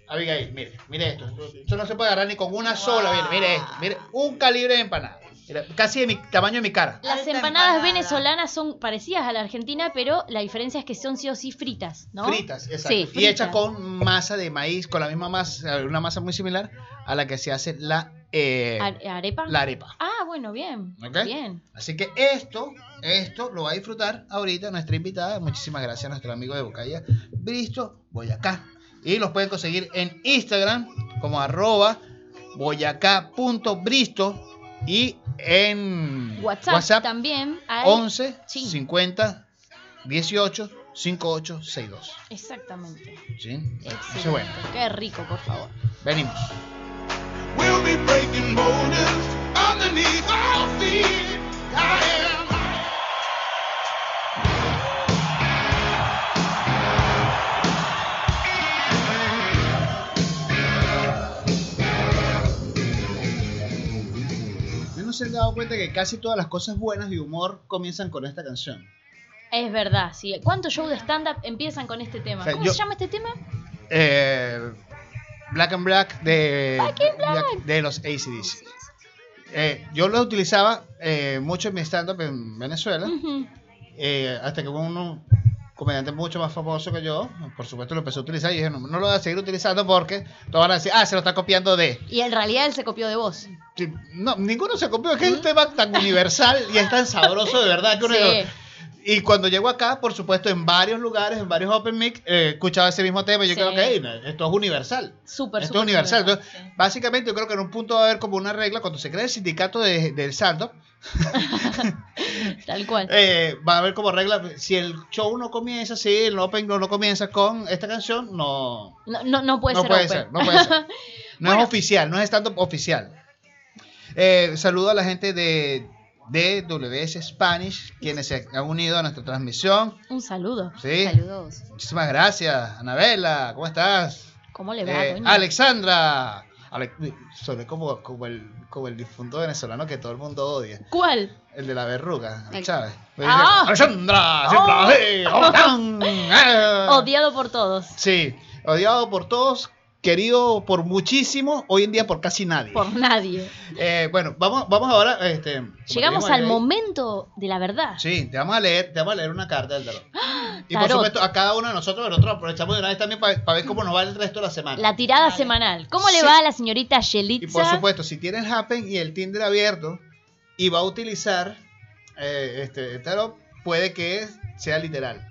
Abigail. Mire, mire esto. Esto no se puede agarrar ni con una sola. Mire, mire esto. Mire, un calibre de empanada. Mira, casi de mi tamaño de mi cara.
Las
Alta
empanadas
empanada.
venezolanas son parecidas a la argentina, pero la diferencia es que son sí o sí fritas, ¿no?
Fritas, exacto.
Sí,
Y hechas
fritas.
con masa de maíz, con la misma masa, una masa muy similar a la que se hace la, eh,
Are- ¿Arepa?
la arepa.
Ah, bueno, bien.
Ok.
Bien.
Así que esto, esto lo va a disfrutar ahorita nuestra invitada. Muchísimas gracias a nuestro amigo de Bocaya, Bristo Boyacá. Y los pueden conseguir en Instagram como arroba boyacá.bristo y en
WhatsApp,
WhatsApp
también. hay-
11
Sí.
50 18 58 62.
Exactamente.
¿Sí?
Excelente.
Eso es bueno.
Qué rico, por favor.
Venimos.
We'll be breaking borders underneath our feet. I am.
Yo no se han dado cuenta que casi todas las cosas buenas de humor comienzan con esta canción.
Es verdad, sí. ¿Cuántos shows de stand-up empiezan con este tema?
O sea,
¿Cómo
yo-
se llama este tema?
Eh, Black and Black de,
Black and Black.
de los ACDC. Eh, yo lo utilizaba eh, mucho en mi stand-up en Venezuela.
Ujú.
Eh, hasta que hubo un comediante mucho más famoso que yo, por supuesto lo empezó a utilizar y dije, no, no lo voy a seguir utilizando porque todos van a decir, ah, se lo está copiando de...
Y en realidad él se copió de vos.
Sí, No, ninguno se copió, es que es un tema tan universal y es tan sabroso de verdad que uno...
Mm. Sí.
Y cuando llego acá, por supuesto, en varios lugares, en varios open mic, eh, escuchaba ese mismo tema y yo
Sí.
creo que "Ey, esto es universal.
Súper,
Esto
súper,
es universal.
súper.
Entonces, básicamente, yo creo que en un punto va a haber como una regla. Cuando se cree el sindicato de- del saldo,
Tal cual.
eh, va a haber como regla. Si el show no comienza, si el open no, no comienza con esta canción, no.
No, no, no puede
no
ser
puede
open.
ser, no puede ser. No
Bueno.
es oficial, no es stand-up oficial. Eh, saludo a la gente de DWS Spanish, quienes se han unido a nuestra transmisión.
Un saludo.
Sí.
Saludos.
Muchísimas gracias, Anabela. ¿Cómo estás?
¿Cómo le va,
Eh,
doña?
Alexandra. Ale- Soné como, como, el, como el difunto venezolano que todo el mundo odia.
¿Cuál?
El de la verruga,
El-
¿sabes? Me dice,
Ah.
Alexandra, siempre
Oh.
así, oh, tan, eh".
Odiado por todos.
Sí, odiado por todos, querido por muchísimo, hoy en día por casi nadie.
Por nadie.
Eh, bueno, vamos, vamos ahora. Este, como
Llegamos
tenemos
al
ahí-
momento de la verdad.
Sí, te vamos a leer, te vamos a leer una carta del tarot. Y por
Tarot.
supuesto, a cada uno de nosotros, nosotros aprovechamos de una vez también para ver cómo nos va el resto de la semana.
La tirada
Dale.
semanal. ¿Cómo le
Sí.
va a la señorita
Y por
Yelitza?
supuesto, si tiene el Happen y el Tinder abierto y va a utilizar eh, este el tarot, puede que sea literal.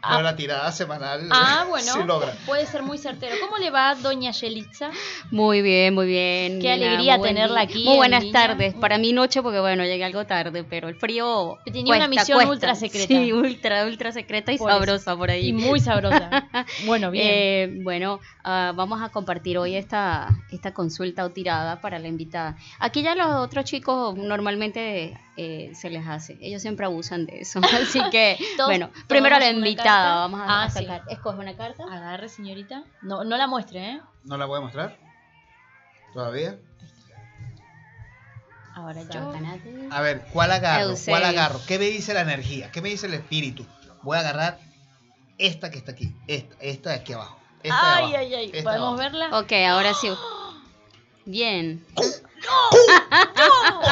Ah.
Pero la tirada semanal eh,
Ah, bueno.
sí logra.
Puede ser muy certero. ¿Cómo le va a doña Yelitza?
Muy bien, muy bien.
Qué
Nina,
alegría
muy buen
tenerla
día.
aquí
Muy
en
buenas
línea.
tardes. Para mí noche, porque bueno, llegué algo tarde, pero el frío.
Tenía una misión ultra secreta.
Sí, ultra, ultra secreta y
Por eso.
sabrosa por ahí.
Y muy sabrosa. Bueno, bien.
Eh, bueno, ah, vamos a compartir hoy esta, esta consulta o tirada para la invitada. Aquí ya los otros chicos normalmente eh, se les hace, ellos siempre abusan de eso. Así que,
Todos
bueno, primero a la
tomamos una
invitada,
carta.
vamos a,
Ah,
a
sí.
sacar. Escoge una carta.
Agarre, señorita. No, no la muestre, ¿eh?
No la voy a mostrar. Todavía.
Ahora yo.
Sacanate.
A ver, ¿cuál agarro? ¿Cuál
Eusebio.
agarro? ¿Qué me dice la energía? ¿Qué me dice el espíritu? Voy a agarrar esta que está aquí. Esta, esta de aquí abajo. Esta de
Ay,
abajo,
ay, ay.
esta de abajo.
¿Podemos verla?
Ok, ahora sí. Bien.
¡Oh,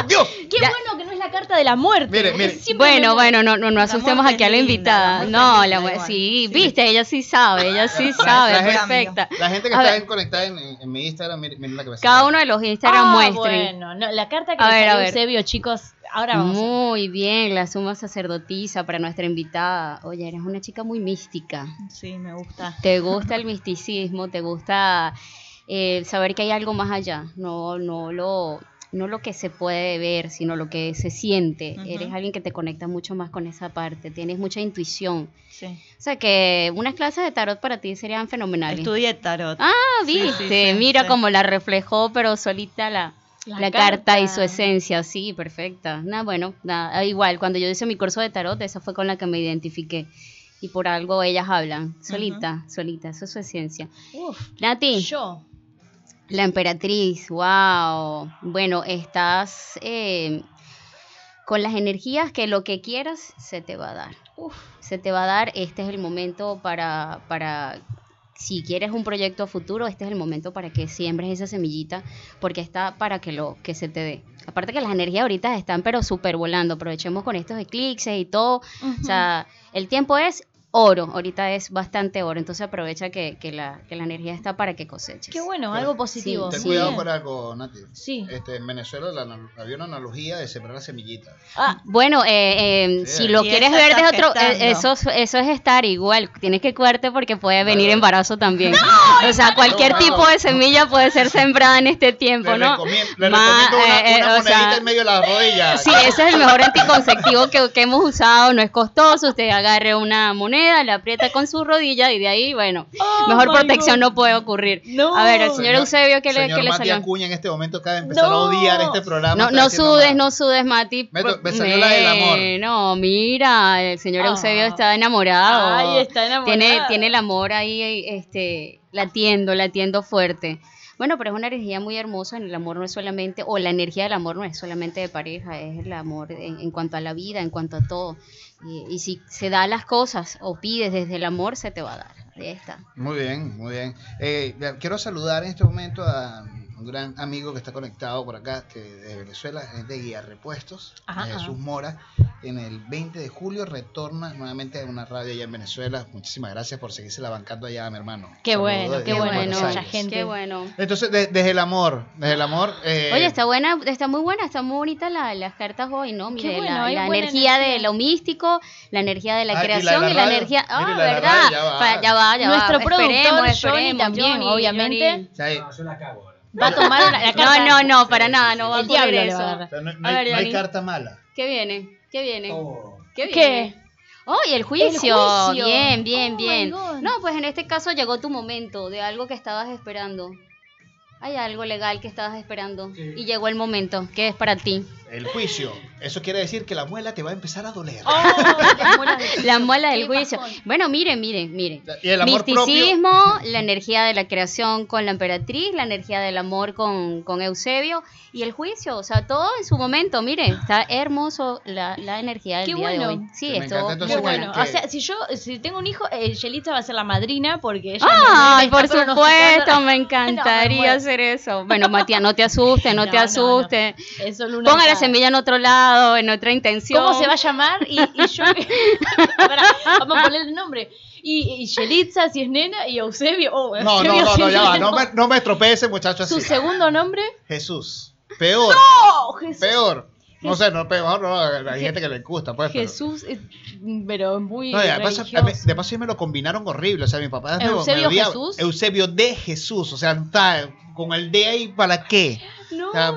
Dios!
Qué
Ya.
bueno que no es la carta de la muerte.
Mire,
porque
mire.
siempre me-
Bueno, bueno, no, no, no asustemos
muerte
aquí a la
es linda,
invitada.
la muerte
no,
es
la
linda
mu-
igual.
sí, viste, ella sí sabe, ella sí
La-
sabe,
la gente-
perfecta.
La gente que
A
está
ver.
bien conectada en, en mi Instagram, miren, miren la que me
Cada
sale.
uno de los Instagram
Ah,
muestren.
Bueno, no, la carta que
A
le
ver,
salió
a ver.
Eusebio, chicos. Ahora vamos. a-
Muy bien, la suma sacerdotisa para nuestra invitada. Oye, eres una chica muy mística.
Sí, me gusta.
Te gusta el misticismo, te gusta eh, saber que hay algo más allá. No, no lo no lo que se puede ver, sino lo que se siente.
Ujú.
Eres alguien que te conecta mucho más con esa parte, tienes mucha intuición.
Sí.
O sea que unas clases de tarot para ti serían fenomenales.
Estudié tarot.
Ah,
Sí, sí,
viste,
sí,
mira
sí.
cómo la reflejó, pero solita la,
La
la, carta. y su esencia, sí, perfecta. Nah, bueno, nada, ah, igual, cuando yo hice mi curso de tarot, esa fue con la que me identifiqué. Y por algo ellas hablan, solita, solita, eso es su esencia.
Uf,
Nati,
yo.
la emperatriz, wow. Bueno, estás eh, con las energías que lo que quieras se te va a dar
Uf,
se te va a dar, este es el momento para, para si quieres un proyecto a futuro, este es el momento para que siembres esa semillita, porque está para que lo que se te dé. Aparte que las energías ahorita están pero super volando, aprovechemos con estos eclipses y todo, o sea, el tiempo es oro, ahorita es bastante oro, entonces aprovecha que, que la, que la energía está para que coseches.
Qué bueno, algo positivo.
Ten
sí.
cuidado con algo, Nati.
Sí.
Este, en Venezuela la anal- había una analogía de sembrar la semillita.
Ah,
Bueno, eh, eh,
Sí.
si lo
Y
quieres
esa
ver de
está
otro, eh, eso,
gestando.
eso es estar igual. Tienes que cuidarte porque puede venir
Claro.
embarazo también. o sea, cualquier
no,
tipo
no.
de semilla puede ser sembrada en este tiempo,
Le,
¿no?
recomiendo, le
Ma-
recomiendo una,
eh, eh,
una
o
monedita
sea,
en medio de la rodilla.
Sí, ese es el mejor anticonceptivo que, que hemos usado, no es costoso, usted agarre una moneda, la aprieta con su rodilla y de ahí, bueno,
Oh
mejor
my
protección
God.
no puede ocurrir.
No.
A ver, el señor
Señor-
Eusebio, ¿qué le,
Señor
qué le
Mati
salió?
Acuña en este momento acaba de empezar
No.
a odiar este programa.
No,
Está
no
haciendo
sudes,
mal.
no sudes, Mati.
Me to- me salió la del amor.
No, mira, el señor
Ah.
Eusebio está enamorado.
Ay, está enamorado.
Tiene, tiene el amor ahí, este, latiendo, latiendo fuerte. Bueno, pero es una energía muy hermosa, el amor no es solamente, o la energía del amor no es solamente de pareja, es el amor en, en cuanto a la vida, en cuanto a todo. Y, y si se da las cosas o pides desde el amor, se te va a dar. Ahí está.
Muy bien, muy bien. Eh, ya, quiero saludar en este momento a un gran amigo que está conectado por acá que de Venezuela, es de Guía Repuestos,
Ah,
Ajá,
de Jesús
ajá.
Mora. En el 20 de julio retorna nuevamente a una radio allá en Venezuela. Muchísimas gracias por seguirse la bancando allá, mi hermano.
Qué
Saludos
bueno,
desde
qué
Buenos
bueno,
Aires.
mucha gente.
Qué bueno.
Entonces, de- desde el amor, desde el amor. eh,
Oye, está buena, está muy buena, está muy bonita la- las cartas hoy, ¿no? Mire,
bueno,
la,
hay
la
buena
energía,
energía.
de lo místico, la energía de
Ah,
la
y la de
creación
la
y la
radio.
energía. Ah,
Mira, y la de la
¿verdad?
radio, ya va.
Fa- ya va, ya
Nuestro
va.
productor,
Esperemos,
Johnny,
esperemos,
también,
Johnny,
obviamente.
Johnny.
o sea, eh,
Va a tomar la, la carta.
No, no, no, para nada, no va a
El diablo
ocurrir
le va a
eso.
agarrar.
o sea, no, no
A
hay,
ver,
no hay
Johnny.
carta mala.
¿Qué viene? ¿Qué viene?
Oh.
¿Qué
¿Qué?
viene? Oh, y el juicio.
juicio.
Bien, bien,
Oh, my
bien.
God.
No, pues en este caso llegó tu momento de algo que estabas esperando. Hay algo legal que estabas esperando y llegó el momento que es para ti.
El juicio. Eso quiere decir que la muela te va a empezar a doler.
Oh, las muelas de-
La muela del
Qué
juicio.
bajón.
Bueno, miren, miren, miren.
Y el amor
Misticismo, la energía de la creación con la emperatriz, la energía del amor con, con Eusebio y el juicio. O sea, todo en su momento. Miren, está hermoso la, la energía del
Qué
día de
bueno.
hoy. Sí,
Sí, me
esto.
encanta. Entonces,
Muy
bueno,
bueno.
que-
O sea, si yo si tengo un hijo, eh, Yelitza va a ser la madrina porque ella.
Ay,
me- me
por
está
supuesto, me
No, me
encantaría
muero.
hacer eso. Bueno, Matías, no te asustes, no,
No,
te
no,
asustes.
pronosticando- Es solo una
Ponga la
entrada.
semilla en otro lado, en otra intención.
¿Cómo se va a llamar? Y, y yo. Pará, vamos a ponerle el nombre. Y, y Yelitza, si es nena, y Eusebio. Oh,
No,
Eusebio,
no, no,
si
no,
es
ya va.
nena,
No me, no me estropee ese muchacho
¿Su
así.
segundo nombre?
Jesús. Peor.
¡Oh, Jesús!
Peor. No sé, no, peor, no, hay gente que le gusta, pues. pero-
Jesús, eh, pero muy.
No, y de, paso, a mí-
religioso.
de paso sí me lo combinaron horrible, o sea, mi papá me- me
¿Eusebio
odiaba.
Jesús?
Eusebio de Jesús, o sea, está con el de ahí, ¿para qué?
No.
sea,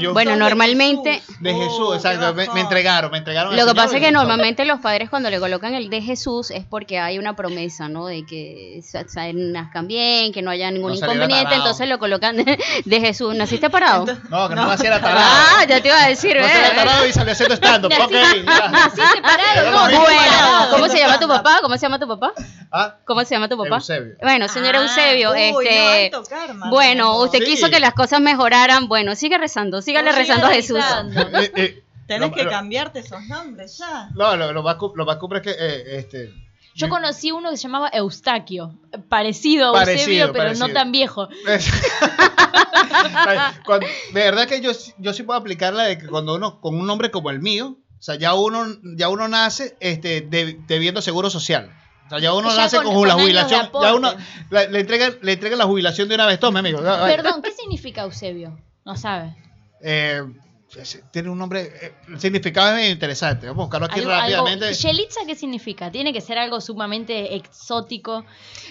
yo-
Bueno, normalmente,
De
Oh,
Jesús,
qué
exacto, me,
bajón.
me entregaron, me entregaron. al
Lo que
Señor
pasa es
y
que
me gustó.
normalmente los padres cuando le colocan el de Jesús es porque hay una promesa, ¿no? De que sa- sa- nazcan bien, que no haya ningún
No saliera
inconveniente,
tarado.
entonces lo colocan de, de Jesús. ¿Naciste parado?
No, que no me hacía la
ah,
tarada.
ya te iba a decir,
No hacía
¿eh?
la tarada y salía haciendo stand-up. ok, ya.
Así separado,
Bueno,
no,
Bueno,
separado.
¿cómo se llama tu papá? ¿Cómo se llama tu papá?
Ah,
¿Cómo se llama tu papá?
Eusebio.
Bueno, señor
Ah,
Eusebio,
Uy, no,
este...
alto karma,
bueno,
no.
usted
Sí.
quiso que las cosas mejoraran. Bueno, sigue rezando, sígale
Sigue
rezando a Jesús.
rezando.
Eh, eh,
Tenés
lo-
que
lo-
cambiarte esos nombres ya.
No, lo, lo más, cu- lo más cumbre es que eh, este,
Yo
mi-
conocí uno que se llamaba Eustaquio, parecido a
Parecido,
Eusebio, pero
parecido.
no tan viejo.
Es- Cuando- de verdad que yo, sí- yo sí puedo aplicar la de que cuando uno, con un nombre como el mío, o sea, ya uno, ya uno nace este, de- debiendo seguro social. O sea, ya uno
Ya
nace
con-
con,
con
la
años de
jubilación.
aporte.
Ya uno la- le, entrega, le entrega la jubilación de una vez. Tome, amigo. Ah, vaya.
Perdón, ¿qué significa Eusebio? No sabe.
Eh, es- tiene un nombre. eh, el significado es medio interesante. Vamos a buscarlo aquí
Algo- algo-
rápidamente.
Yelitza, ¿qué significa? Tiene que ser algo sumamente exótico.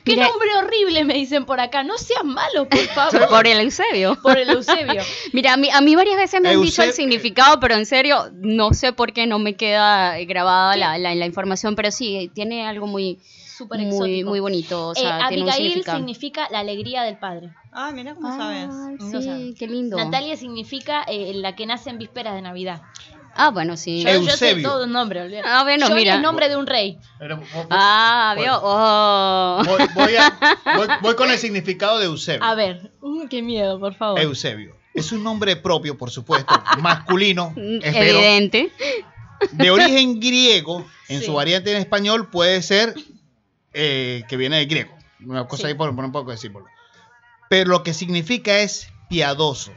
¡Qué
Mira-
nombre horrible! Me dicen por acá. No seas malo, por
Por
favor.
el Eusebio.
por el Eusebio.
Mira, a mí, a mí varias veces
Eh,
me han dicho el
Eusebio-
significado, pero en serio, no sé por qué no me queda grabada la, la, la información, pero sí, tiene algo muy,
Súper
muy,
exótico.
muy bonito. O sea,
Eh,
tiene un
Abigail
significado.
significa la alegría del padre.
Ah, mira cómo
Ay,
sabes.
sí,
No sabe.
qué lindo.
Natalia significa eh, la que nace en vísperas de Navidad.
Ah, bueno, sí.
Yo, yo sé
Eusebio.
todo un nombre. olvídate.
Ah, bueno,
Johnny
mira.
es nombre de un rey.
Pero voy-
Ah,
Bueno.
vio. Oh.
voy, voy a- voy- voy con el significado de Eusebio.
A ver, mm, qué miedo, por favor.
Eusebio. Es un nombre propio, por supuesto, masculino,
Mm,
espero,
Evidente.
de origen griego, en
Sí.
su variante en español puede ser eh, que viene de griego, una cosa
Sí.
ahí por, por un poco de símbolo. Pero lo que significa es piadoso.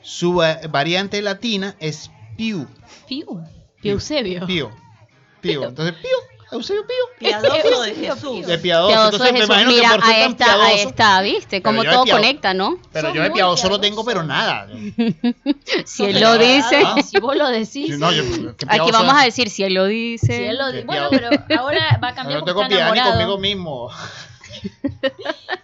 Su va- variante latina es piu,
Piu. Piu Eusebio.
pío, pío. Entonces, piu Eusebio Pío.
Piadoso de
Eusebio
Jesús.
De piadoso.
Piadoso
Entonces
de
me
Jesús.
imagino
Mira,
que por ser
ahí
tan
está,
piadoso.
ahí está, ¿viste?
Pero
Como
yo de
todo
piadoso.
conecta, ¿no?
Pero
Sos
yo de
muy
piadoso no
piadoso.
tengo, pero nada.
Si él
no,
lo
no,
dice,
no.
Si vos lo decís.
No, yo, qué
aquí
piadoso
vamos
es.
a decir, si él lo dice.
si él lo di-
Qué
Bueno, pero
piadoso.
ahora va a
No
cambiar porque
tengo
está
piedad ni
enamorado.
conmigo mismo.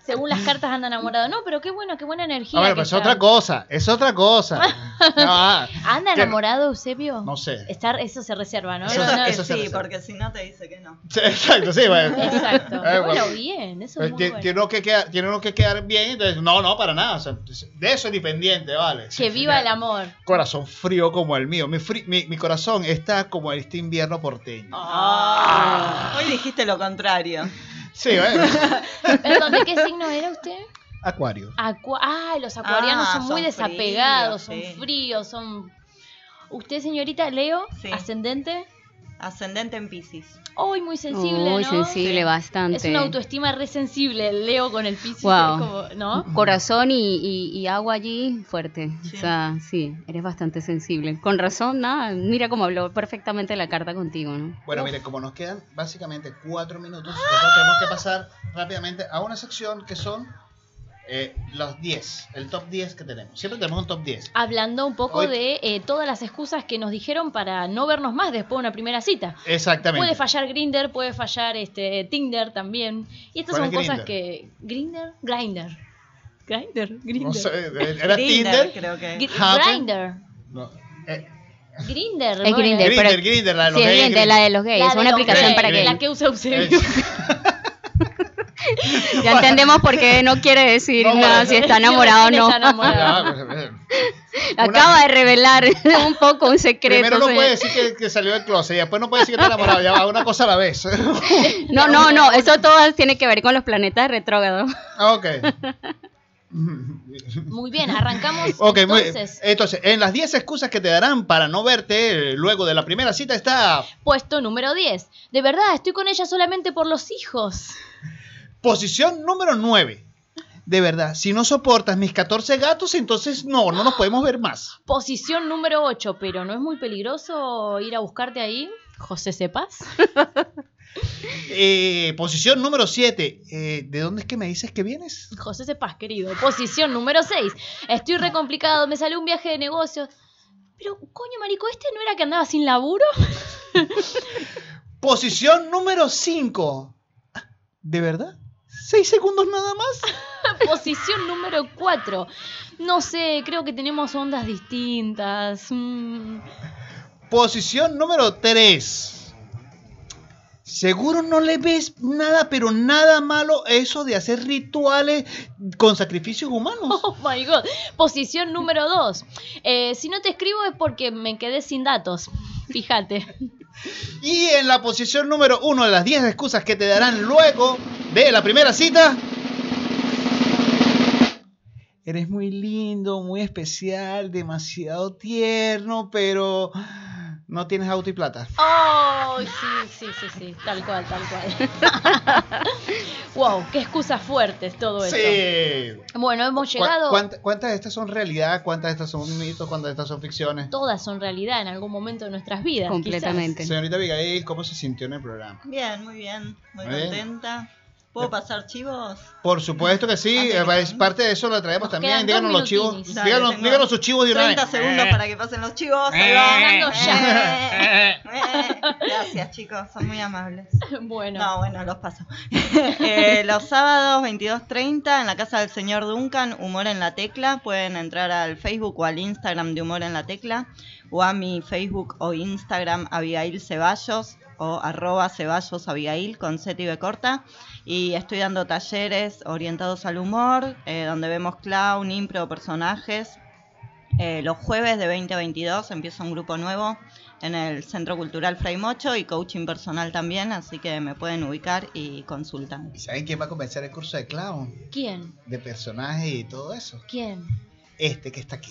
Según las cartas anda enamorado. No, pero qué bueno, qué buena energía.
Ah, bueno,
que
pero es
está.
otra cosa, es otra cosa. No, ah,
¿Anda
Que-
enamorado Eusebio?
no sé.
Estar, eso se reserva, ¿no?
Eso
No,
se-
no,
que
eso se
sí,
reserva.
porque si no te dice que no.
Sí, Exacto, sí, bueno.
Exacto.
Eh, bueno.
Bueno, bien, eso es
Pues
muy
tie-
bueno.
tiene, uno que quedar, tiene uno que quedar bien, entonces, no, no, para nada. o sea, de eso es dependiente, vale.
Que viva el amor.
Corazón frío como el mío. Mi, fri- mi, mi corazón está como este invierno porteño.
Ah, Hoy dijiste lo contrario.
Sí, bueno.
Perdón, ¿de qué signo era usted?
Acuario.
Acua- ah, los acuarianos
Ah,
son muy
son
desapegados,
fríos, sí.
son fríos, son... ¿Usted, señorita, Leo,
Sí.
ascendente?
Ascendente en Piscis.
Hoy muy sensible,
Muy
¿no?
sensible, bastante.
Es una autoestima re sensible el Leo con el Piscis,
Wow.
es como, ¿no?
Corazón y, y- y agua allí fuerte.
Sí.
O sea, sí, eres bastante sensible. Con razón, nada. Mira cómo habló perfectamente la carta contigo, ¿no?
Bueno, mire, como nos quedan básicamente cuatro minutos, nosotros tenemos que pasar rápidamente a una sección que son eh, los 10, el top 10 que tenemos. Siempre tenemos un top 10.
Hablando un poco
Hoy-
de eh, todas las excusas que nos dijeron para no vernos más después de una primera cita.
Exactamente.
Puede fallar Grinder, puede fallar este Tinder también. Y estas
¿Cuál
son
es
cosas
Grindr?
que Grinder, Grinder, Grinder, Grinder.
No sé, era
Grindr,
Tinder.
creo que.
Happen.
Grinder,
No, eh,
Grinder.
Es Grindr.
Grindr,
pero-
Grindr, la de los
sí,
gays,
es de
Grindr.
la de los gays. Es una aplicación
gays,
para
Grindr.
La
que
que usa Eusebio.
ya entendemos por qué no quiere decir
No,
nada
para-
si está enamorado o no.
Está enamorado.
Ya, pues, eh.
Acaba de revelar un poco un secreto.
Primero no
señor.
puede decir que, que salió del closet y después no puede decir que está enamorado. Ya va, una cosa a la vez.
no, no, no, eso todo tiene que ver con los planetas retrógrados.
Ah, ok.
Muy bien, arrancamos.
Ok, muy-
entonces,
entonces, en las 10 excusas que te darán para no verte eh, luego de la primera cita está
puesto número 10. De verdad, estoy con ella solamente por los hijos.
posición número 9. De verdad, si no soportas mis 14 gatos, entonces no, no nos podemos ver más.
Posición número 8, pero ¿no es muy peligroso ir a buscarte ahí? José Sepas.
Eh, posición número 7. ¿De dónde es que me dices que vienes?
José Sepas, querido. Posición número 6. Estoy re complicado, me salió un viaje de negocios. Pero, coño, marico, ¿este no era que andaba sin laburo?
Posición número 5. ¿De verdad? ¿Seis segundos nada más?
Posición número 4. No sé, creo que tenemos ondas distintas. Mm.
Posición número 3. Seguro no le ves nada, pero nada malo eso de hacer rituales con sacrificios humanos.
Oh my god. Posición número 2. si no te escribo es porque me quedé sin datos. Fíjate.
Y en la posición número 1 de las 10 excusas que te darán luego de la primera cita. Eres muy lindo, muy especial, demasiado tierno, pero no tienes auto y plata.
Oh, sí, sí, sí, sí. Tal cual, tal cual. wow, qué excusas fuertes todo eso.
Sí.
Bueno, hemos
¿Cu-
llegado.
cuánta- ¿Cuántas de estas son realidad? ¿Cuántas de estas son mitos? ¿Cuántas de estas son ficciones?
Todas son realidad en algún momento de nuestras vidas.
Completamente.
Señorita Abigail, ¿cómo se sintió en el programa?
Bien, muy bien. Muy
Muy bien.
contenta. ¿Puedo pasar chivos?
Por supuesto que sí,
Ah,
eh,
mira.
es parte de eso lo traemos
Nos
también.
quedan
Díganos
dos
los chivos.
minutinis.
Dale,
díganos,
tengo
díganos sus chivos de una
30
vez.
segundos para que paquien los chivos. Ahí
Ganando
va.
Eh. ya.
Eh, eh. Gracias, chicos. Son muy amables.
quizás. Bueno.
No, bueno, los paso. Eh, los sábados 22.30 en la casa del señor Duncan, Humor en la Tecla. Pueden entrar al Facebook o al Instagram de Humor en la Tecla o a mi Facebook o Instagram Abigail Ceballos o arroba Ceballos Abigail con Z y B corta. Y estoy dando talleres orientados al humor, eh, donde vemos clown, impro, personajes. Eh, los jueves de 20 a 22 empieza un grupo nuevo en el Centro Cultural Fray Mocho y coaching personal también, así que me pueden ubicar y consultan.
¿Y saben quién va a comenzar el curso de clown?
¿Quién?
De personajes y todo eso.
¿Quién?
Este que está aquí.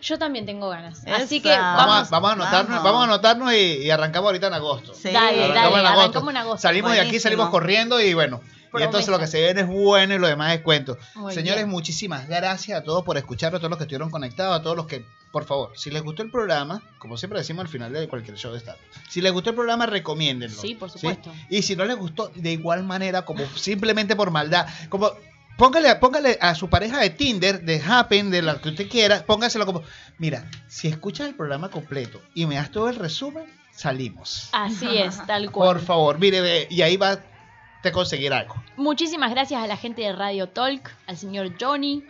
Yo también tengo ganas.
Esa.
Así que
Vamos,
¡Ah! vamos.
a, vamos a anotarnos,
vamos.
vamos. a anotarnos y, y arrancamos ahorita en agosto.
Sí.
Dale,
Arrancamos
dale,
en agosto.
arrancamos en agosto.
Salimos de aquí,
Buenísimo.
salimos corriendo y bueno. Y entonces lo que se viene es bueno y lo demás es cuento.
Muy
Señores,
bien.
muchísimas gracias a todos por escucharlo, a todos los que estuvieron conectados, a todos los que, por favor, si les gustó el programa, como siempre decimos al final de cualquier show de stand, si les gustó el programa, recomiéndenlo.
Sí, por supuesto.
Y si no les gustó, de igual manera, como simplemente por maldad, como póngale, póngale a su pareja de Tinder, de Happen, de la que usted quiera, póngaselo como, mira, si escuchas el programa completo y me das todo el resumen, salimos.
Así es, tal cual.
Por favor, mire, ve, y ahí va te conseguir algo.
Muchísimas gracias a la gente de Radio Talk, al señor Johnny,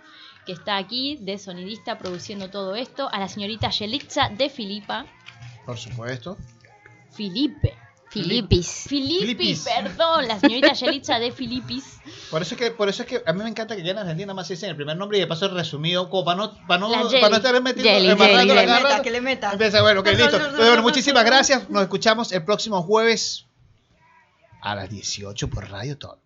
que está aquí de sonidista produciendo todo esto, a la señorita Yelitza de Filipa.
Por supuesto.
Filipe.
Filipis.
Filipi,
Filipis.
perdón, la señorita Yelitza de Filipis.
Por eso es que, por eso es que a mí me encanta que ya en Argentina más se dicen el primer nombre y de paso es resumido, como para no, para no,
La
para no
Jelly.
estar metiendo
Jelly,
embarrando la
Que
Jelly,
le
Jelly.
garra.
meta, que le meta.
Empieza, bueno, ok, listo. Entonces, bueno, muchísimas gracias. Nos escuchamos el próximo jueves a las 18 por Radio Talk.